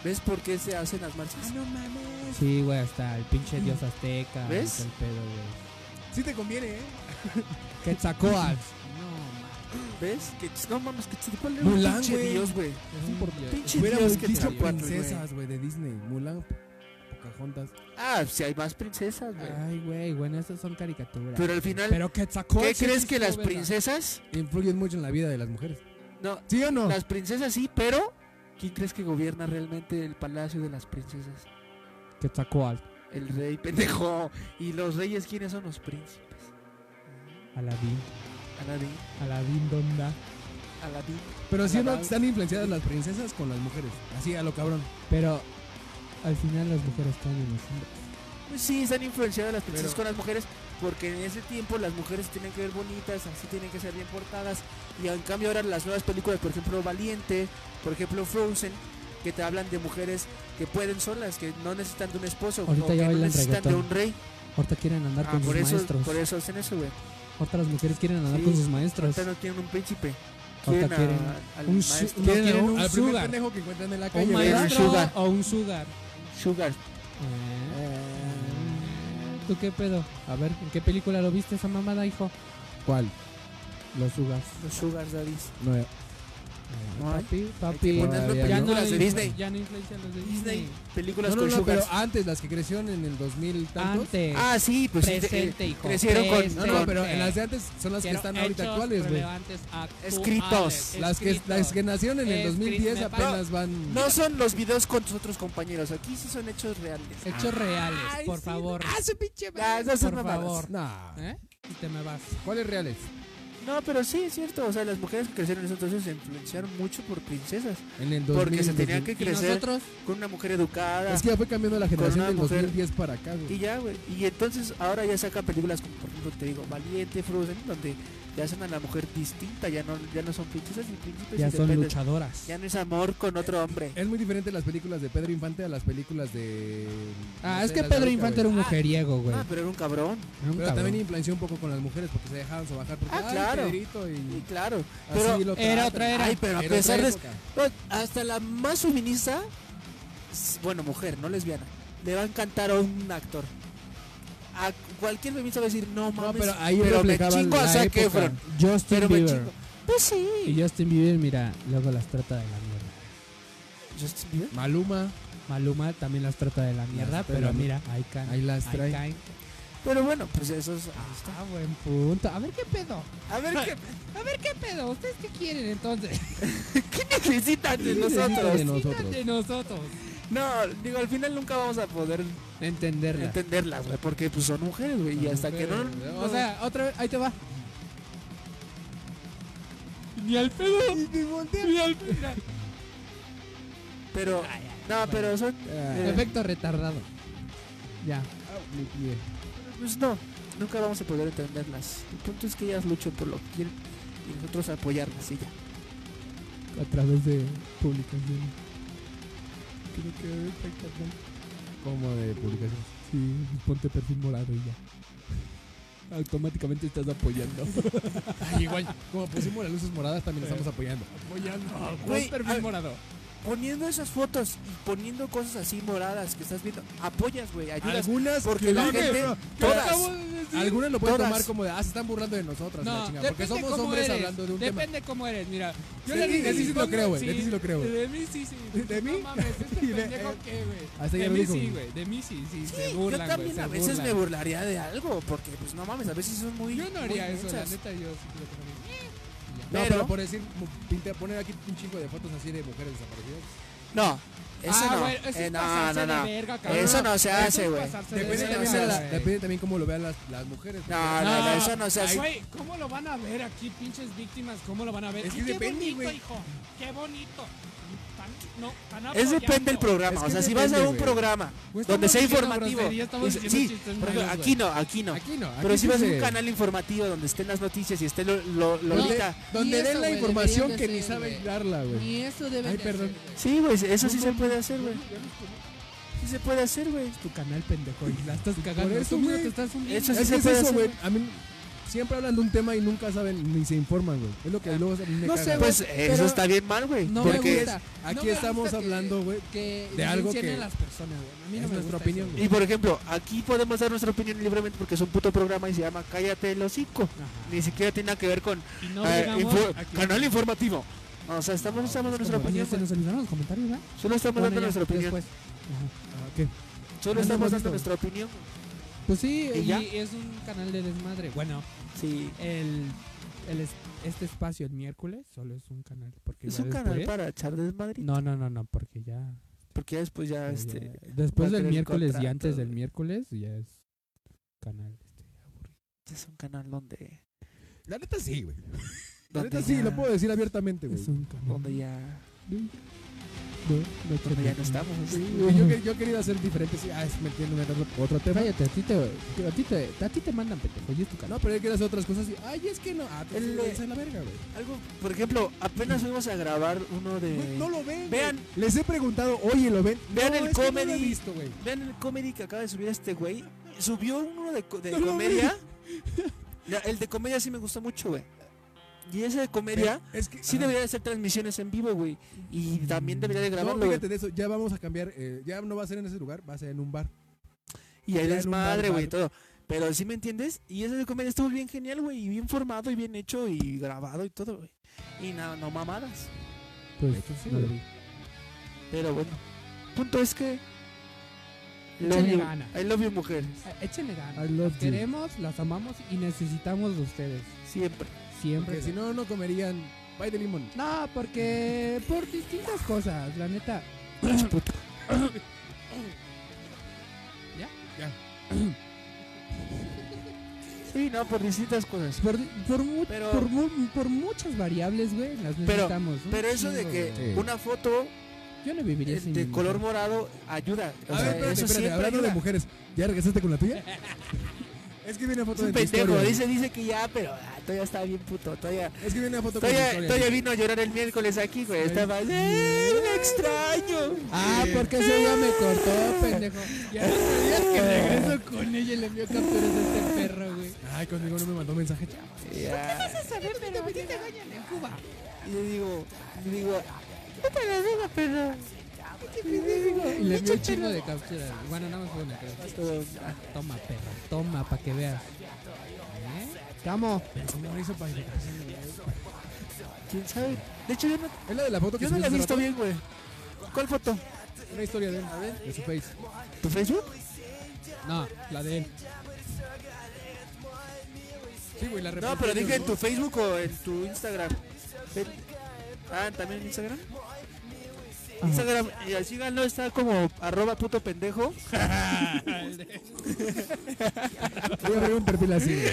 B: ¿Ves por qué se hacen las marchas?
F: no mames.
C: Sí, güey, hasta el pinche dios azteca.
B: ¿Ves?
C: todo El pedo, güey.
A: Sí te conviene, ¿eh?
C: Quetzalcóatl. No,
B: ¿Ves? Que, pues, no mames, que te cuál era
A: Mulan,
B: un pinche
A: güey.
B: dios, güey.
C: es importante.
B: Pinche
A: Hubiéramos
B: dios que
A: dicho
B: te
A: princesas, güey, de Disney. Mulan, Pocahontas.
B: Ah, si hay más princesas, güey.
C: Ay, güey, bueno, esas son caricaturas.
B: Pero al final,
C: Pero Quetzalcóatl.
B: ¿qué
C: sí
B: crees que
C: existió,
B: las
C: verga.
B: princesas?
A: Influyen mucho en la vida de las mujeres.
B: No,
A: ¿Sí o no?
B: las princesas sí, pero ¿quién crees que gobierna realmente el palacio de las princesas?
C: Quetzalcóatl.
B: El rey, pendejo. ¿Y los reyes quiénes son los príncipes?
C: Aladín.
B: Aladín,
C: Aladín, ¿dónda?
B: Aladín.
A: Pero sí o no
B: Alabama.
A: están influenciadas las princesas con las mujeres. Así a lo cabrón.
C: Pero al final las mujeres cambian los hombres.
B: Pues sí, están influenciadas las princesas
A: Pero-
B: con las mujeres porque en ese tiempo las mujeres tienen que ver bonitas, así tienen que ser bien portadas. Y en cambio ahora las nuevas películas, por ejemplo Valiente, por ejemplo Frozen, que te hablan de mujeres que pueden solas, que no necesitan de un esposo,
C: Ahorita
B: o
C: ya
B: que no
C: bailan
B: necesitan de
C: reggaetón.
B: un rey.
C: Ahorita quieren andar
B: Ah,
C: con sus
B: por eso,
C: maestros.
B: por eso hacen eso, güey.
C: Ahorita las mujeres quieren andar
B: Sí,
C: con sus maestros.
B: Ahorita no tienen un príncipe.
C: Ahorita
B: Quieren, a-
C: Pues, quieren
B: al
C: un su-
B: maestro.
C: No quieren un
A: al primer
C: sugar.
A: pendejo que encuentran
B: Oh
A: en la
C: O un
A: calle. güey.
B: maestro.
C: maestro
B: sugar.
C: Oh o un sugar.
B: Sugar.
C: Eh,
A: Eh,
C: ¿Tú qué pedo? A ver, ¿en qué película lo viste esa mamada, hijo?
A: ¿Cuál?
C: Los sugars.
B: Los sugar daddies.
A: No, eh,
B: No hay.
C: Papi,
B: Hay que
C: papi.
B: ponerlo
A: todavía
B: en
A: no.
B: películas de
C: influ-
B: Disney.
C: Ya no influencian los de Disney.
B: Disney. Películas
A: no, no,
B: con
A: no,
B: sugar.
A: pero antes, las que crecieron en el 2000 tantos.
C: Antes.
B: Ah, sí, pues sí, de-
C: eh, presente, hijo.
B: crecieron con-
A: No,
B: Este,
A: no, pero en las de antes son las que están ahorita actuales, güey.
B: Escritos.
A: Las que, las que nacieron en el
C: Escritos.
A: 2010
C: Me
A: apenas van.
B: No son los videos con tus otros compañeros. Aquí sí son hechos reales.
C: Hechos reales,
B: Ay,
C: por
B: sí.
C: favor.
B: Ah, su pinche
C: Ah,
B: madre.
C: esas son
B: Por
C: mamadas.
B: favor.
A: Nah.
C: ¿Eh? Y te me vas.
A: ¿Cuáles reales?
B: No, pero sí, es cierto. O sea, las mujeres que crecieron en ese entonces se influenciaron mucho por princesas.
A: En el 2000.
B: Porque se tenían que
C: ¿Y
B: crecer
C: nosotros?
B: con una mujer educada.
A: Es que ya fue cambiando la
B: Con
A: generación
B: una
A: del
B: mujer.
A: 2010 para acá,
B: Y
A: güey.
B: ya, güey. Y entonces ahora ya sacan películas como, por ejemplo, te digo, Valiente, Frozen, donde ya hacen a la mujer distinta. Ya no, ya no son princesas ni príncipes.
C: Ya son
B: independientes.
C: luchadoras.
B: Ya no es amor con otro hombre.
A: Es muy diferente las películas de Pedro Infante a las películas de.
C: Ah,
A: no
C: es
A: sé,
C: que
A: las de
C: Pedro
A: ahorita,
C: Infante era
A: güey.
C: un mujeriego, güey.
B: Ah, pero era un cabrón.
C: Era un
A: Pero
C: cabrón.
A: también influenció un poco con las mujeres porque se dejaban sobajar. Porque,
B: Ah,
A: "Ay,
B: claro.
A: Pedrito", y
B: Y claro.
A: así
B: pero
A: lo
C: era
A: tratan. Ah,
C: otra era.
B: Ay, pero a
A: Era
B: pesar
A: otra
B: de
A: época.
B: Pues, hasta la más feminista, s- bueno, mujer, no lesbiana, le va a encantar a un actor. A cualquier feminista va a decir, no
A: No,
B: mames,
A: pero ahí
B: pero me
A: reflejaban
B: chingo a
A: la
B: Zac
A: época.
B: Efron.
C: Justin
B: pero me
C: Bieber.
B: chingo. Pues sí.
C: Y Justin Bieber, mira, luego las trata de la mierda.
B: Justin Bieber.
A: Maluma,
C: Maluma también las trata de la mierda,
A: trata de la
C: pero mira, ahí caen.
A: ahí las trae.
C: caen.
B: Pero bueno, pues eso es...
C: Ah, buen punto. A ver qué pedo.
B: A ver qué
C: A ver qué pedo. ¿Ustedes qué quieren entonces?
B: necesitan de
A: necesitan
B: nosotros.
A: de nosotros.
C: De nosotros.
B: No, digo, al final nunca vamos a poder
C: Entenderla.
B: entenderlas, güey, porque pues son mujeres, güey, y
C: Son
B: hasta que no...
C: mujeres, O sea, otra vez, ahí te va. Ni al pedo. Ni al pedo.
B: Pero... No, pero son... eh,
C: Efecto retardado. Ya.
A: mi pie.
B: Pues no, nunca vamos a poder entenderlas. El punto es que ellas luchan por lo que quieren y nosotros apoyarlas y ya.
C: A través de publicaciones.
A: Tiene que ver espectacular. Como de publicación.
C: Sí, ponte perfil morado y ya. Automáticamente estás apoyando.
A: Ay, igual, como pusimos las luces moradas, también estamos apoyando.
C: apoyando.
B: Güey,
C: perfil
B: a-
C: morado.
B: poniendo esas fotos y poniendo cosas así moradas que estás viendo, apoyas, güey, ayudas.
A: Algunas
B: porque
A: que
B: la
A: no, que-
B: gente-
A: no,
B: todas.
C: Acabo de decir.
A: Algunas lo pueden
B: Todas.
A: tomar como de, ah, se están burlando de nosotras, la
C: No,
A: chingada. Porque
C: depende
A: somos
C: cómo
A: hombres
C: eres.
A: hablando de un tema.
C: Depende cómo eres, mira. Yo
A: Sí,
C: le
A: de ti sí lo
C: pongo-
A: creo, güey, de ti sí lo creo.
C: De mí sí, sí.
A: ¿De mí?
C: No mames, este
A: Y de-
C: pendejo
A: eh,
C: qué, güey.
A: hasta
C: De
A: ya lo
C: mí
A: dijo,
C: sí,
A: güey.
C: güey. De mí sí, sí. se
B: Sí,
C: burlan,
B: yo
C: güey,
B: también
C: se
B: a veces
C: burlan.
B: me burlaría de algo, porque pues no mames, a veces son muy.
C: Yo no haría
B: muy
C: eso, la
B: muchas.
C: neta, yo sí lo creo.
A: No, pero
B: Pero-
A: por decir, mu- pinte- poner aquí un chingo de fotos así de mujeres desaparecidas.
B: No, eso
C: ah,
B: no.
C: güey, eso
B: Eh,
C: es
B: no,
C: pasarse
B: no, no.
C: de verga, cabrón.
B: Eso no se
C: Eso es
B: hace, güey.
C: pasarse de
A: Depende,
B: sí,
C: verga,
A: también, de la-
C: güey.
A: depende también cómo lo vean las, las mujeres.
B: No, no, no, eso no se
C: Ay,
B: hace.
C: Güey, ¿cómo lo van a ver aquí, pinches víctimas? ¿Cómo lo van a ver?
A: Es que
C: Ay, qué
A: depende,
C: bonito,
A: güey.
C: hijo. Qué bonito. Tan- no, tan
B: Es depende del
C: apoyando.
B: programa.
A: Es que
B: o sea, si
A: depende,
B: vas a un
A: güey.
B: programa
C: Pues
B: donde
C: estamos
B: sea
C: diciendo
B: informativo.
C: groserías, estamos
B: es-
C: diciendo
B: sí,
C: chistes
B: por ejemplo,
C: malos, güey.
B: aquí no, aquí no.
A: Aquí no.
B: Pero
A: aquí
B: si vas a
A: se-
B: un canal informativo donde estén las noticias y esté lo, lo- Lolita.
A: Donde
G: Y
A: den
G: eso,
A: la
G: güey,
A: información
G: deberían de
A: que ni
G: ser,
A: saben
G: güey.
A: darla, güey.
G: Ni eso debe
A: Ay,
G: de
A: perdón.
G: hacer, güey.
B: Sí, güey, eso sí se puede hacer, güey. Sí se puede hacer, güey.
C: Tu canal, pendejo. Y la estás cagando.
A: eso,
C: Tú mismo
A: güey.
C: te estás hundiendo.
B: Eso sí
A: Es que
B: se
A: es
B: puede
A: eso,
B: hacer,
A: güey. A mí siempre hablan de un tema y nunca saben ni se informan, güey. Es lo que luego me
C: No
A: caga,
C: sé,
A: güey.
B: Pues eso
C: pero-
B: está bien mal, güey.
C: No me
B: porque
C: gusta. No
A: Aquí
C: me
A: estamos
C: gusta que-
A: hablando, güey.
C: Que
A: de algo
C: denuncien
A: que-
C: a las personas, güey. A mí no
A: es
C: me
A: nuestra
C: gusta
A: opinión,
C: eso,
A: güey.
B: Y por ejemplo, aquí podemos dar nuestra opinión libremente porque es un puto programa y se llama Cállate el hocico.
C: Ajá.
B: Ni siquiera tiene nada que ver con
C: Y no
B: eh,
C: llegamos
B: info-
C: aquí.
B: canal informativo. O sea, estamos dando
A: pues
B: nuestra
C: Como-
B: opinión.
C: Se nos olvidaron los comentarios, ¿verdad?
B: güey. Solo estamos
C: Bueno,
B: dando
C: ya,
B: nuestra opinión.
C: después.
A: Ah, ¿qué?
B: Solo
A: Ah,
B: estamos
A: no,
B: dando
A: bonito.
B: nuestra opinión. güey.
C: Pues sí,
B: ¿Y
C: y
B: ya?
C: es un canal de desmadre. Bueno,
B: Sí.
C: el, el es- este espacio el miércoles solo es un canal. Porque
B: Es
C: ya
B: un canal
C: después-
B: para echar desmadre.
C: No, no, no, no, porque ya.
B: Porque ya después ya,
C: ya-
B: este.
C: después
B: va a
C: del
B: tener
C: miércoles y
B: contrato,
C: antes del
B: güey.
C: miércoles ya es canal. este, aburrido.
B: Es un canal donde.
A: La neta sí, güey. La
B: donde
A: neta sí,
B: ya-
A: lo puedo decir abiertamente, güey.
C: Es un canal.
B: Donde ya.
C: de- de
B: Donde ya no
C: televisión.
B: estamos.
A: Sí, güey, yo, que- yo he querido hacer diferente. Sí, ah, es metiendo otro tema.
C: Cállate, a ti te, a ti te, a ti te mandan, pendejo, y es tu canal.
A: No, pero hay que hacer otras cosas. Y, Ay, es que no. Ah, pues,
B: El-
A: sí, váyanse a la verga, güey.
B: Algo, por ejemplo, apenas fuimos a grabar uno de.
A: Güey, No lo ven.
B: Vean.
A: güey. Les he preguntado, oye, ¿lo ven?
B: Vean
A: No,
B: el
A: es que No lo he
B: comedy.
A: visto, güey.
B: Vean el comedy que acaba de subir este güey. Subió uno de, co- de
A: No lo
B: comedia. Ya, el de comedia sí me gustó mucho, güey. Y ese de comedia
A: Es que.
B: sí
A: ajá. Mm.
B: debería de hacer transmisiones en vivo, güey. Y también debería de
A: No,
B: grabarlo, güey.
A: fíjate de eso. Ya vamos a cambiar. eh, ya no va a ser en ese lugar, va a ser en un bar.
B: Y ahí
A: Ya en un
B: desmadre,
A: bar,
B: güey,
A: bar.
B: todo. Pero sí me entiendes. Y ese de comedia estuvo bien genial, güey. Y bien formado y bien hecho y grabado y todo, güey. Y nada, no mamadas.
C: Pues,
A: de hecho, sí,
C: no lo
A: güey.
C: vi.
B: Pero bueno. Punto es que. Love
C: Échenle
B: you.
C: gana.
B: I love you, mujeres.
C: Eh, Échenle ganas.
A: I love
C: Las
A: you.
C: queremos, las amamos y necesitamos de ustedes.
B: Siempre.
C: Siempre.
A: Porque si no, no comerían. Pay de limón.
C: No, porque por distintas cosas, la neta.
B: Puta.
C: ¿Ya?
A: Ya.
B: Sí, no, por distintas cosas.
C: Por, por, mu-
B: Pero-
C: por, mu- por muchas variables, güey, las
B: Pero-
C: necesitamos.
A: Mm,
C: un
B: Pero eso de
C: chingo,
B: que
C: güey.
B: una foto
C: Yo no viviría
B: eh,
C: sin
B: de
C: mi
B: color
C: mujer.
B: morado ayuda. O
A: A ver,
B: sea,
A: espérate,
B: eso
A: espérate,
B: siempre
A: hablando
B: ayuda.
A: de mujeres, ¿ya regresaste con la tuya? es que viene
B: Es
A: foto de
B: un
A: tu
B: pendejo,
A: historia.
B: dice, dice que ya, pero ah, todavía está bien puto, todavía,
A: Es que viene foto con tu
B: todavía,
A: historia.
B: todavía vino a llorar el miércoles aquí, güey, estaba, ¡eh, lo extraño!
C: Ah, porque ese día me cortó, pendejo. Ya no sabía que regreso con ella y le envió capturas a este perro, güey.
A: Ay, conmigo no me mandó mensaje.
B: Ya.
C: saber, pero a ti te bañan en Cuba.
B: Y le digo, le digo, ¿qué te la digo, perro?
C: Y le envió un chingo de capturas. Bueno, nada más fue una, creo. Toma, perro, toma, para que veas. ¿Eh? Te amo.
B: ¿Quién sabe? De hecho, yo no,
A: Es la de la foto que
B: yo no
A: subí
B: la he
A: hace
B: visto
A: rato.
B: bien, güey. ¿Cuál foto?
A: Una historia de él,
B: A ver.
A: de su face.
B: ¿Tu Facebook?
C: No, la de él.
A: Sí, güey, la
B: No, pero dije en tu Facebook o en tu Instagram. Ven- Ah, también en Instagram. Instagram, y así ganó, está como arroba puto pendejo.
A: Voy a abrir un perfil así. güey.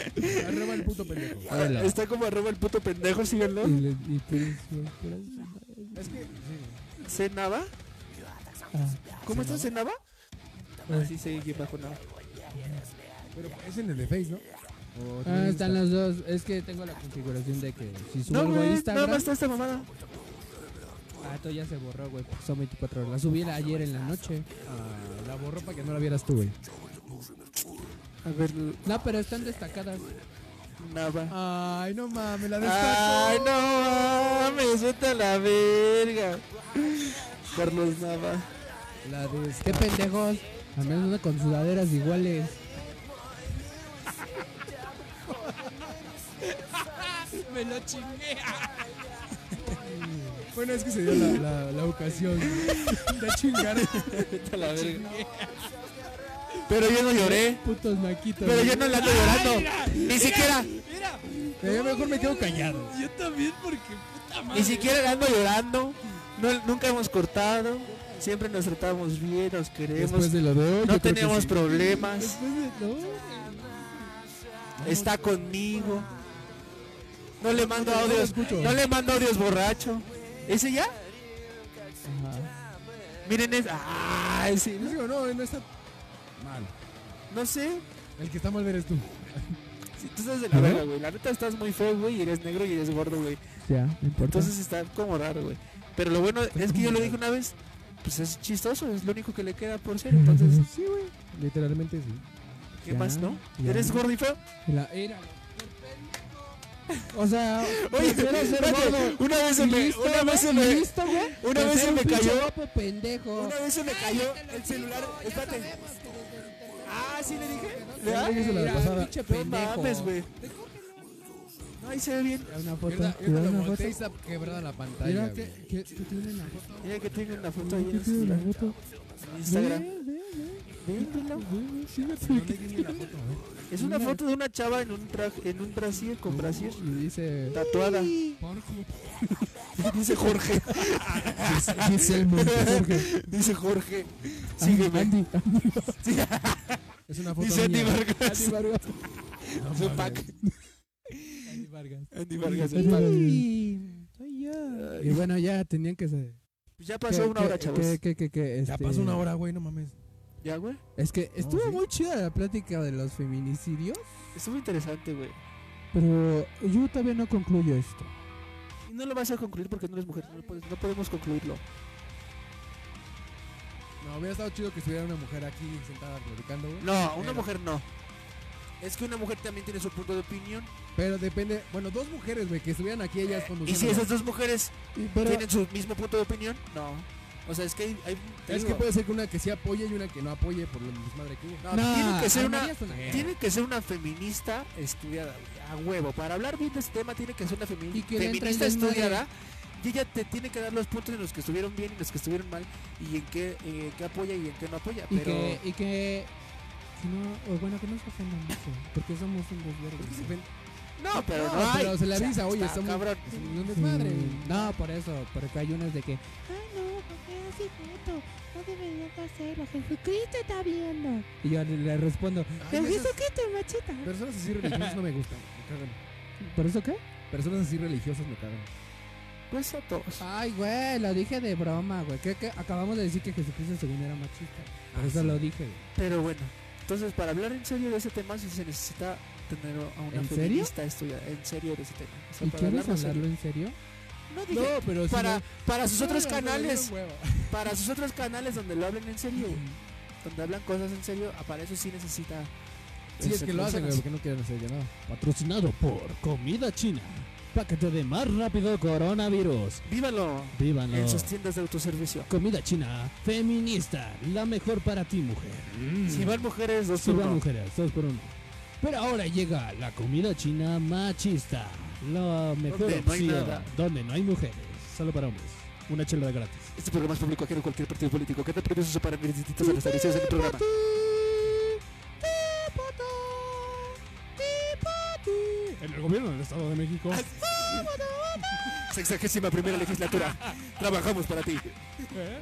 A: Arroba el puto pendejo.
B: Está como arroba el puto pendejo, síganlo.
C: Y le- y por eso- por eso.
A: Es que
B: ¿Cenaba? ¿Cómo estás, Cenaba?
C: Ah.
B: Sí, sí, bien bajo nada.
A: pero es en el de face, ¿no? O tu
C: Ah,
A: Insta.
C: están los dos. Es que tengo la configuración de que si subo
B: No,
C: algo a
B: güey, nada
C: Instagram.
B: más está esta mamada.
C: Ah, todo ya se borró, güey. porque Son 24 horas. La subí ayer en la noche.
A: Ah, la borró para que no la vieras tú, güey.
B: A ver,
C: No, pero están destacadas.
B: Nava.
A: Ay, no mames,
C: Ah,
A: la
B: Ay,
A: destacó.
B: no mames, vete a la verga. Carlos Nava.
A: La des-
C: este, ¡Qué pendejos! A menos una con sudaderas iguales. Me lo chingué.
A: Bueno, es que se dio la, la, la ocasión de chingar.
B: Vete a la verga. Pero yo no lloré.
A: Putos naquitos.
B: Pero yo no la ando llorando. Ni siquiera,
A: Eh, mejor me quedo callado.
E: Yo también, porque puta madre.
B: ni siquiera la ando llorando. No- nunca hemos cortado. Siempre nos tratamos bien, nos queremos.
A: Después de lo de hoy,
B: No
A: yo creo que
B: tenemos
A: sí.
B: problemas.
A: Después de- no.
B: Está conmigo. No le mando
A: no lo
B: audios.
A: escucho.
B: No le mando audios borracho. ¿Ese ya? Miren, es. ¡Ay, sí!
A: Yo digo, no, no está mal.
B: No sé.
A: El que está mal eres tú.
B: Si tú estás de la verga, güey. La neta estás muy feo, güey. Y eres negro y eres gordo, güey.
C: Ya, no importa.
B: Entonces está como raro, güey. Pero lo bueno es que yo lo dije una vez. Pues es chistoso, es lo único que le queda por ser. Entonces,
A: sí, güey. Literalmente sí.
B: ¿qué
C: Ya,
B: más, no?
C: ya.
B: ¿Eres gordo y feo?
C: La era. O sea,
B: Oye,
C: prefiero ser
B: espérate,
C: gordo
B: una vez se
C: y
B: me.
C: listo,
B: Una
C: güey,
B: vez se
C: y
B: me.
C: listo, güey,
B: Una
C: que
B: vez
C: ser
B: se
C: un
B: me
C: pinche
B: cayó.
C: guapo pendejo.
B: Una vez se me cayó
C: Ay, te lo
B: el
C: digo,
B: celular.
C: ya
B: Espérate.
C: sabemos que desde el internet-
B: Ah, sí le dije.
C: Sí,
B: ¿Le
A: Ya,
B: da?
A: dije, la
C: era un
A: pasada.
C: pinche
B: No
C: pendejo.
B: mames, güey. No, ahí se ve bien.
C: Era Una foto, era una foto.
A: está quebrada la pantalla.
C: Mira que, que, que tiene la foto.
B: Mira que tengo una foto ahí en
C: que tiene la
B: Instagram.
C: foto.
B: En Instagram. Ven, vela. ¿eh? Es una foto de una chava en un traje, en un brasier con brasier.
C: Y dice.
B: Tatuada. Dice Jorge.
C: Giselle Montesorge.
B: Dice Jorge. Sígueme.
C: Sígueme. Andy, Andy,
B: Sí,
A: Es una foto
B: Dice Andy
A: mía.
C: Andy
B: Vargas.
C: Vargas.
B: Su pack.
A: Andy Vargas.
B: Andy Vargas.
C: Andy
B: el pack.
C: Vargas. Soy yo. Y bueno, ya tenían que ser.
B: Ya pasó
C: que-
B: una hora,
C: que-
B: chavos.
C: que- que- que- que,
A: Ya
C: este,
A: pasó una hora, güey, no mames.
B: Ya, güey.
C: Es que estuvo
A: Oh, sí.
C: muy chida la plática de los feminicidios.
B: Estuvo interesante, güey.
C: Pero yo todavía no concluyo esto.
B: Y no lo vas a concluir porque no eres mujer. No, puedes- no podemos concluirlo.
A: No, hubiera estado chido que estuviera una mujer aquí sentada platicando, güey.
B: No, una
A: Pero-
B: mujer no. Es que una mujer también tiene su punto de opinión.
A: Pero depende. Bueno, dos mujeres, güey, que estuvieran aquí ellas
B: Y
A: conduciendo.
B: si esas dos mujeres
C: Y- Pero,
B: tienen su mismo punto de opinión, no. O sea, es que hay. hay- te
A: Es que
B: digo,
A: puede ser que una que sí apoye y una que no apoye por lo desmadre que hubo.
B: no, tiene que ser una.
C: armarías una-
B: Tiene que ser una feminista estudiada, güey, a huevo. Para hablar bien de este tema tiene que ser una femi-
C: Y que le entre
B: feminista
C: el desmadre.
B: estudiada. Y ella te tiene que dar los puntos en los que estuvieron bien y los que estuvieron mal. Y en qué, eh, qué apoya y en qué no apoya.
C: Y
B: pero
C: que, y que, que no, o bueno, que no se ofendan mucho, porque somos un gobierno.
B: No, pero no,
A: No,
B: hay.
A: pero se le avisa, oye,
B: está
A: estamos-
B: cabrón.
A: Es un
C: Sí.
A: desmadre, güey.
C: No, por eso, porque hay unas de que,
D: Ay, no, porque es injusto. No deberían de hacerlo. Jesucristo está viendo.
C: y yo le, le respondo,
A: Ay, esas
D: Jesucristo machita.
A: Personas así religiosas no me gustan. Me cagan.
C: ¿por eso qué?
A: Personas así religiosas me cagan.
B: Pues a todos.
C: Ay, güey, lo dije de broma, güey, que, que acabamos de decir que Jesucristo según era machista, por
B: Ah,
A: Pues,
C: eso
B: sí.
C: lo dije, güey.
B: Pero bueno, entonces para hablar en serio de ese tema sí se necesita tener a una
C: ¿En serio?
B: feminista estudiada en serio de ese tema. O sea,
C: ¿Y
B: para
C: quieres
B: hablarlo
C: hablarlo en serio?
B: serio. No, dije,
A: pero
B: para, para sus otros
A: No, no, no,
B: canales,
A: no, huevo.
B: para sus otros canales donde lo hablen en serio, güey, donde hablan cosas en serio, ah, para eso sí necesita.
A: Sí, es
B: este,
A: que lo hacen, güey,
B: personas.
A: porque no quieren hacer ya nada.
E: Patrocinado por Comida China. Paquete de más rápido coronavirus.
B: Vívalo
E: Vívanlo.
B: en sus tiendas de autoservicio.
E: Comida China feminista. La mejor para ti, mujer. Mm.
B: Si van mujeres, dos
E: Sí,
B: por
E: van
B: uno.
E: mujeres, dos por uno. Pero ahora llega la comida china machista. La mejor
B: Donde no hay
E: opción.
B: nada.
E: donde no hay mujeres. Solo para hombres. Una chela gratis.
B: Este programa es público ajeno a cualquier partido político. ¿Qué te premios se para mis distintos a las en el programa?
E: En el gobierno del Estado de México.
B: Sexagésima primera legislatura. Trabajamos para ti.
A: ¿Eh?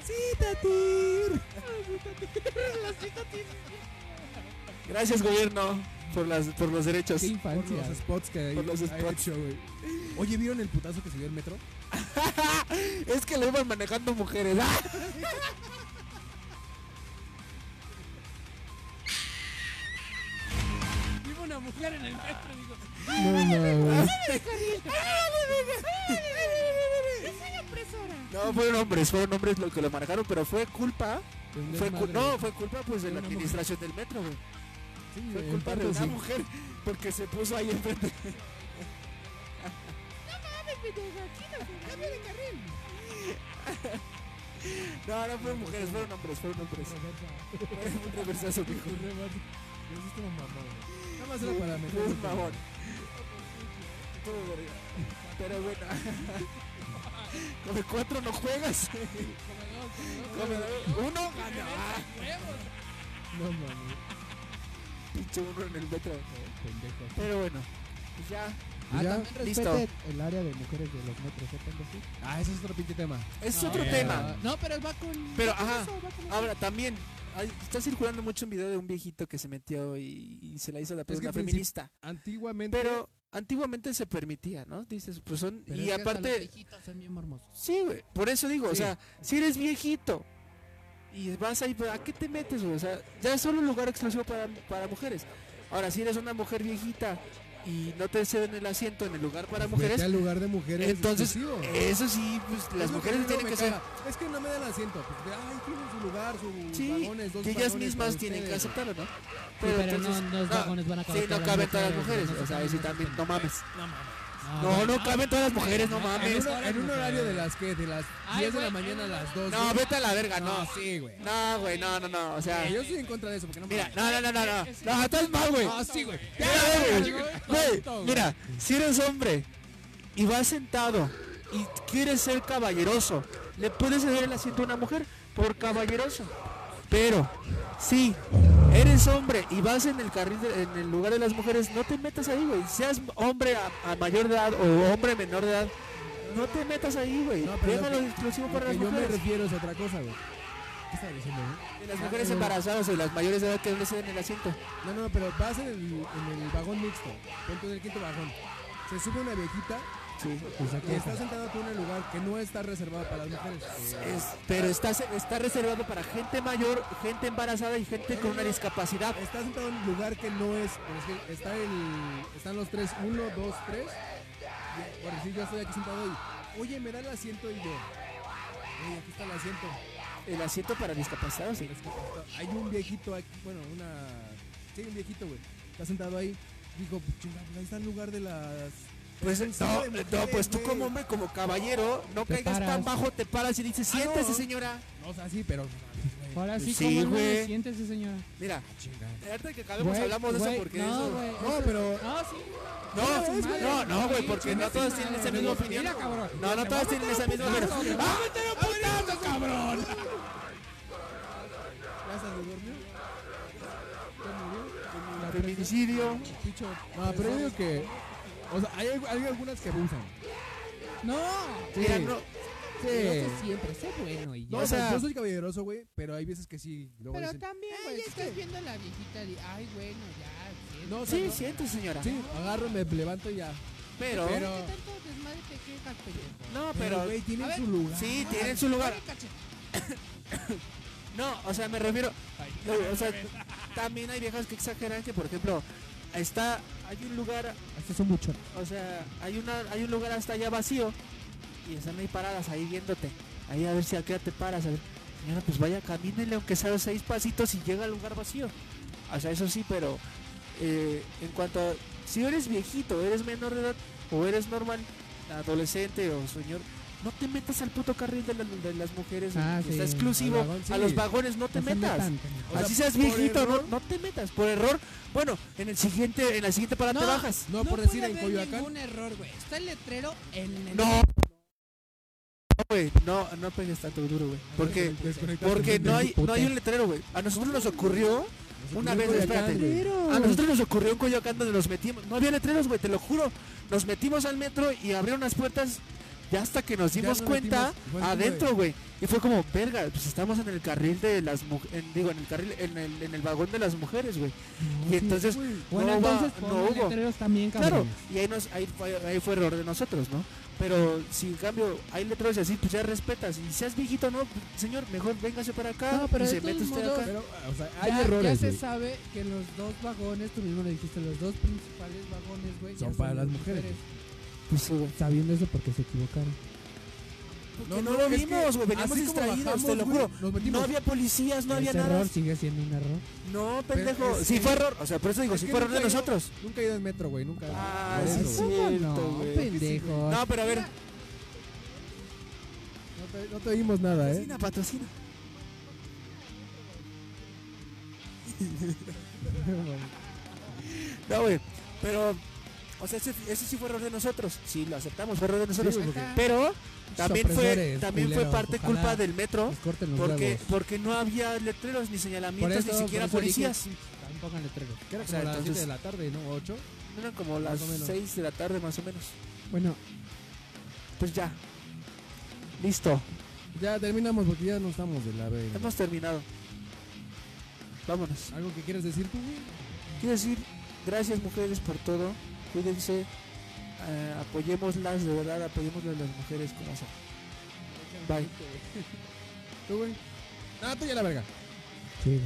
B: Gracias, gobierno, por, las, por los derechos.
C: Qué
A: Por
C: infancia.
A: los spots que hay,
B: Por los
A: hay
B: spots.
A: hecho, güey. Oye, ¿vieron el putazo que se dio el metro?
B: es que lo iban manejando mujeres. ¡Ah!
C: No, no, güey.
D: Soy opresora.
B: No, fueron hombres, fueron hombres los que lo manejaron, pero fue culpa.
C: De un
B: Fue pues, cul-
C: desmadre.
B: no, fue culpa pues de la administración del metro, güey.
A: Sí,
B: Fue
A: en
B: culpa de
A: parte
B: una
A: sí.
B: mujer porque se puso ahí enfrente.
D: ¡Cambio de carril!
B: No, no fueron mujeres, fueron hombres, fueron hombres. Fue un reversazo, mijo.
A: Nada más era para meter.
B: Fue un mamón. Estuvo verga. Pero bueno. Come cuatro no juegas. Come dos. Uno gana.
A: No mames.
B: Ah, Pinche uno en el metro.
A: Pendejo.
B: Pero bueno. pues Ya.
A: Ah,
C: Ah,
A: ya.
C: también respete
B: Listo.
C: el área de mujeres de los metros, ¿eh, pendejo?
A: Ah, ese es otro pinche tema.
B: Es
C: No,
B: otro
C: pero-
B: tema.
C: Ah, No, pero va con.
B: Pero,
C: va con
B: ajá,
C: eso, va con eso.
B: Ahora, también. hay- Está circulando mucho un video de un viejito que se metió y, y se la hizo la
A: que
B: persona
A: princip-
B: feminista.
A: Antiguamente.
B: Pero antiguamente se permitía, ¿no? Dices, pues son.
C: Pero
B: y
C: es que hasta los
B: aparte,
C: viejitos son bien hermosos.
B: Sí, güey. Por eso digo, o
A: Sí.
B: sea, si eres viejito y vas ahí, ¿a qué te metes, güey? O sea, ya es solo un lugar exclusivo para, para mujeres. Ahora, si eres una mujer viejita y no te ceden el asiento en el lugar para
A: Vete
B: mujeres,
A: al lugar de mujeres.
B: entonces,
A: exclusivo.
B: eso sí, pues las
A: Es lo
B: mujeres
A: luego
B: tienen
A: me
B: que ser.
A: caga. Es que no me dan asiento. Pues, de, ay, tienen su lugar, su
B: Sí,
A: vagones, dos
B: Que ellas
A: vagones
B: mismas
A: para
B: tienen que
A: ustedes.
B: aceptarlo, ¿no?
E: Pero,
B: entonces,
E: no, los
B: no,
E: vagones van a
B: sí,
E: caber
B: no caben todas las mujeres. O sea, ahí sí también, no mames. No, no caben todas las mujeres, no
A: En,
B: mames.
A: una- en un horario de las que de las
E: Ay,
A: 10 de la
E: güey,
A: mañana a
E: en
A: las 2.
B: No, vete a la verga,
A: no,
B: no.
A: sí, güey.
B: No, güey, no, no, no. O sea,
A: Yo estoy en contra de eso porque no me
B: Mira, no, no, no, no, no. No, estás mal, güey.
A: Ah, sí, güey.
B: Mira, güey, güey, Mira, si eres hombre y vas sentado y quieres ser caballeroso, le puedes ceder el asiento a una mujer por caballeroso. Pero, si eres hombre y vas en el carril, de- en el lugar de las mujeres, no te metas ahí, güey. Seas hombre a, a mayor de edad o hombre menor de edad, no te metas ahí, güey.
A: No, pero lo
B: Déjalo
A: que-
B: exclusivo
A: Lo
B: para las
A: que yo me
B: mujeres.
A: refiero es otra cosa, güey. ¿Qué estaba diciendo, eh? güey?
B: De las mujeres embarazadas o las mayores de edad que no le ceden el asiento.
A: No, no, pero vas en el, en el vagón mixto. Ponte en el quinto vagón. Se sube una viejita
B: Sí.
A: y está sentada tú en el lugar que no está reservado para las mujeres. Eh,
B: Es- pero está, está reservado para gente mayor, gente embarazada y gente con una discapacidad.
A: Está sentado en un lugar que no es. por decir, está el, están los tres, uno, dos, tres. Y, Por decir, yo estoy aquí sentado y. Oye, me da el asiento y yo. Oye, aquí está el asiento.
B: El asiento para discapacitados. sí.
A: Es que está- Hay un viejito aquí, bueno, una. Sí, un viejito, güey. Está sentado ahí. Digo, pues, chinga, pues, ahí está el lugar de las.
B: Pues no,
A: de mujeres,
B: no, pues tú
A: güey.
B: como hombre, como caballero, no
E: Te
B: caigas
E: paras.
B: tan bajo, te paras y dices,
A: Ah, no.
B: siéntese señora.
A: No, o sea, sí, pero.
E: Ahora sí,
B: Pues sí,
E: ¿cómo no?
B: güey.
E: Siéntese, señora.
B: Mira,
A: Chinga.
B: ahorita que acabemos
E: Güey,
B: hablamos de
E: güey,
B: eso porque
E: no,
B: eso...
E: güey,
A: No,
E: eso-
A: pero.
E: No, sí.
B: No,
E: es madre.
B: no, no, güey,
E: Sí,
B: porque
E: chinga
B: no
E: tu
B: todas
E: madre.
B: tienen esa misma opinión.
E: Mira, cabrón.
B: No, no todas tienen esa misma opinión. ¡Ah, métele un putazo, cabrón!
A: ¿Ya se le durmió? ¿Ya murió? La
B: Feminicidio.
A: Picho. No, pero yo digo que. O sea, hay, algu- hay algunas que abusan.
C: No,
B: Mira, no, Eh.
C: pero eso siempre, sé bueno y ya.
A: No,
B: O
A: o sea,
B: sea-
A: yo soy caballeroso, güey, pero hay veces que sí. Luego
C: Pero
A: dicen,
C: también,
D: Ay,
C: güey,
D: es
C: estás viendo a la viejita y ay, bueno, ya. siéntate.
A: No, o sea,
B: sí,
A: no.
B: siéntese señora.
A: Sí, agarro, me levanto y ya.
B: Pero,
A: Pero-
C: ¿Qué tanto desmadre te quejas, pendejo?
A: Pero,
B: no, pero...
A: güey,
C: A
A: tienen
C: ver,
A: su lugar.
B: Sí, tienen su lugar.
C: Ay, caché.
B: No, o sea, me refiero. no, o sea, también hay viejas que exageran que, por ejemplo, está, hay un lugar,
E: Estos son muchos.
B: o sea, hay una, hay un lugar hasta allá vacío y están ahí paradas, ahí viéndote, ahí a ver si acá te paras, a ver, señora, pues vaya, camínenle aunque sea seis pasitos y llega al lugar vacío. O sea, eso sí, pero eh, en cuanto a, si eres viejito, eres menor de edad o eres normal, adolescente o señor. No te metas al puto carril de, la- de las mujeres,
E: Ah,
B: que está
E: sí,
B: exclusivo
A: al vagón,
B: a los
A: sí.
B: vagones, no te metas.
A: O sea,
B: Así seas
A: por
B: viejito, no,
A: error-
B: no te metas. Por error, bueno, en el siguiente, en la siguiente parada te
C: No.
B: bajas.
A: No, por decir
C: puede
A: en
C: haber
A: Coyoacán.
C: ningún error, güey. Está el letrero en el
B: No. No, güey, no, no pegues tanto duro, güey. Porque,
A: Desconectarte
B: porque
A: del
B: no hay,
A: puta.
B: no hay un letrero, güey. A nosotros nos ocurrió,
A: Nos
B: una
A: ocurrió
B: vez,
A: en Coyoacán,
B: espérate.
A: güey.
B: a nosotros nos ocurrió en Coyoacán donde nos metimos. No había letreros, güey, te lo juro. Nos metimos al metro y abrieron las puertas. Ya hasta que nos
A: Ya
B: dimos
A: nos
B: cuenta
A: metimos, fue así como
B: adentro, güey. Y fue como, verga, pues estamos en el carril de las mujeres. Digo, en el carril, en el, en el vagón de las mujeres, güey. Y entonces,
E: Bueno,
B: no, va-
E: entonces
B: no
E: pongan
B: hubo.
E: letreros también,
B: Claro,
E: cabrón.
B: y ahí, nos, ahí, fue, ahí fue error de nosotros, ¿no? Pero si en cambio hay letreros y así, pues ya respetas. Y seas viejito, no, señor, mejor véngase para acá.
C: No, pero
B: Ah, y
C: de
B: se
C: todos
B: mete usted
C: modos-
B: acá.
A: Pero, o sea, hay
C: ya,
A: errores.
C: ya se
A: güey.
C: sabe que en los dos vagones, tú mismo le dijiste, los dos principales vagones, güey. ya
A: Son para las mujeres.
E: Pues, sabiendo eso, porque se equivocaron.
B: No, no lo
A: es que
B: vimos, güey. Veníamos
A: así como
B: distraídos,
A: bajamos,
B: te lo
A: güey,
B: juro.
A: Nos metimos.
B: No había policías, no había
C: Ese
B: nada.
C: error sigue siendo un error.
B: No,
A: Pero
B: pendejo.
A: es
B: Sí
A: que-
B: fue error. O sea, por eso digo,
A: Es
B: sí
A: que
B: fue error de
A: nunca he ido-
B: nosotros.
A: Nunca he ido en metro, güey, nunca.
B: Ah,
A: Por
B: sí,
A: eso,
B: es
A: güey.
C: ¿Cómo
B: cierto,
C: no,
B: güey.
C: pendejo.
B: No, pero a ver.
A: No te, no te oímos nada, ¿eh?
B: Patrocina, patrocina. No, güey. Pero, o sea, ese, ese sí fue error de nosotros. Sí, lo aceptamos, fue error de nosotros.
A: güey, porque-
B: pero también fue
C: Opresores,
B: también fue
C: culeros,
B: parte
C: ojalá
B: culpa del metro
C: nos corten los
B: porque
C: huevos.
B: porque no había letreros ni señalamientos ni siquiera
C: por eso dije,
B: policías.
C: "Tan, Pongan letreros.
A: Que era
B: o
A: como
B: sea,
A: las
B: entonces-
A: 7 de la tarde, ¿no? 8.
B: Eran como
A: Más
B: las
A: o menos.
B: 6 de la tarde más o menos.
C: Bueno,
B: Pues ya. Listo.
A: Ya terminamos porque ya no estamos de la B.
B: Hemos terminado. Vámonos.
A: ¿Algo que quieres decir tú, güey?
B: Quiero decir, gracias mujeres por todo. Cuídense. eh, apoyémoslas, de verdad, apoyémoslas las mujeres como son. Bye.
A: ¿Tú, güey? No, tú ya la verga.
E: Sí,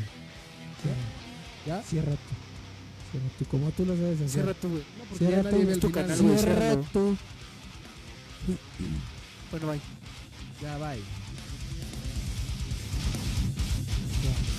A: ¿Ya?
E: Cierra tú. Cierra tú, como tú lo sabes hacer.
B: Cierra tu,
A: No, porque ya
E: Cierra
A: nadie
E: tú,
A: ve
B: es
A: el
B: tu
A: final,
B: canal,
A: güey.
B: güey.
E: Cierra
B: Cierra
E: tú.
B: Bueno, bye.
A: Ya, bye.
E: Ya.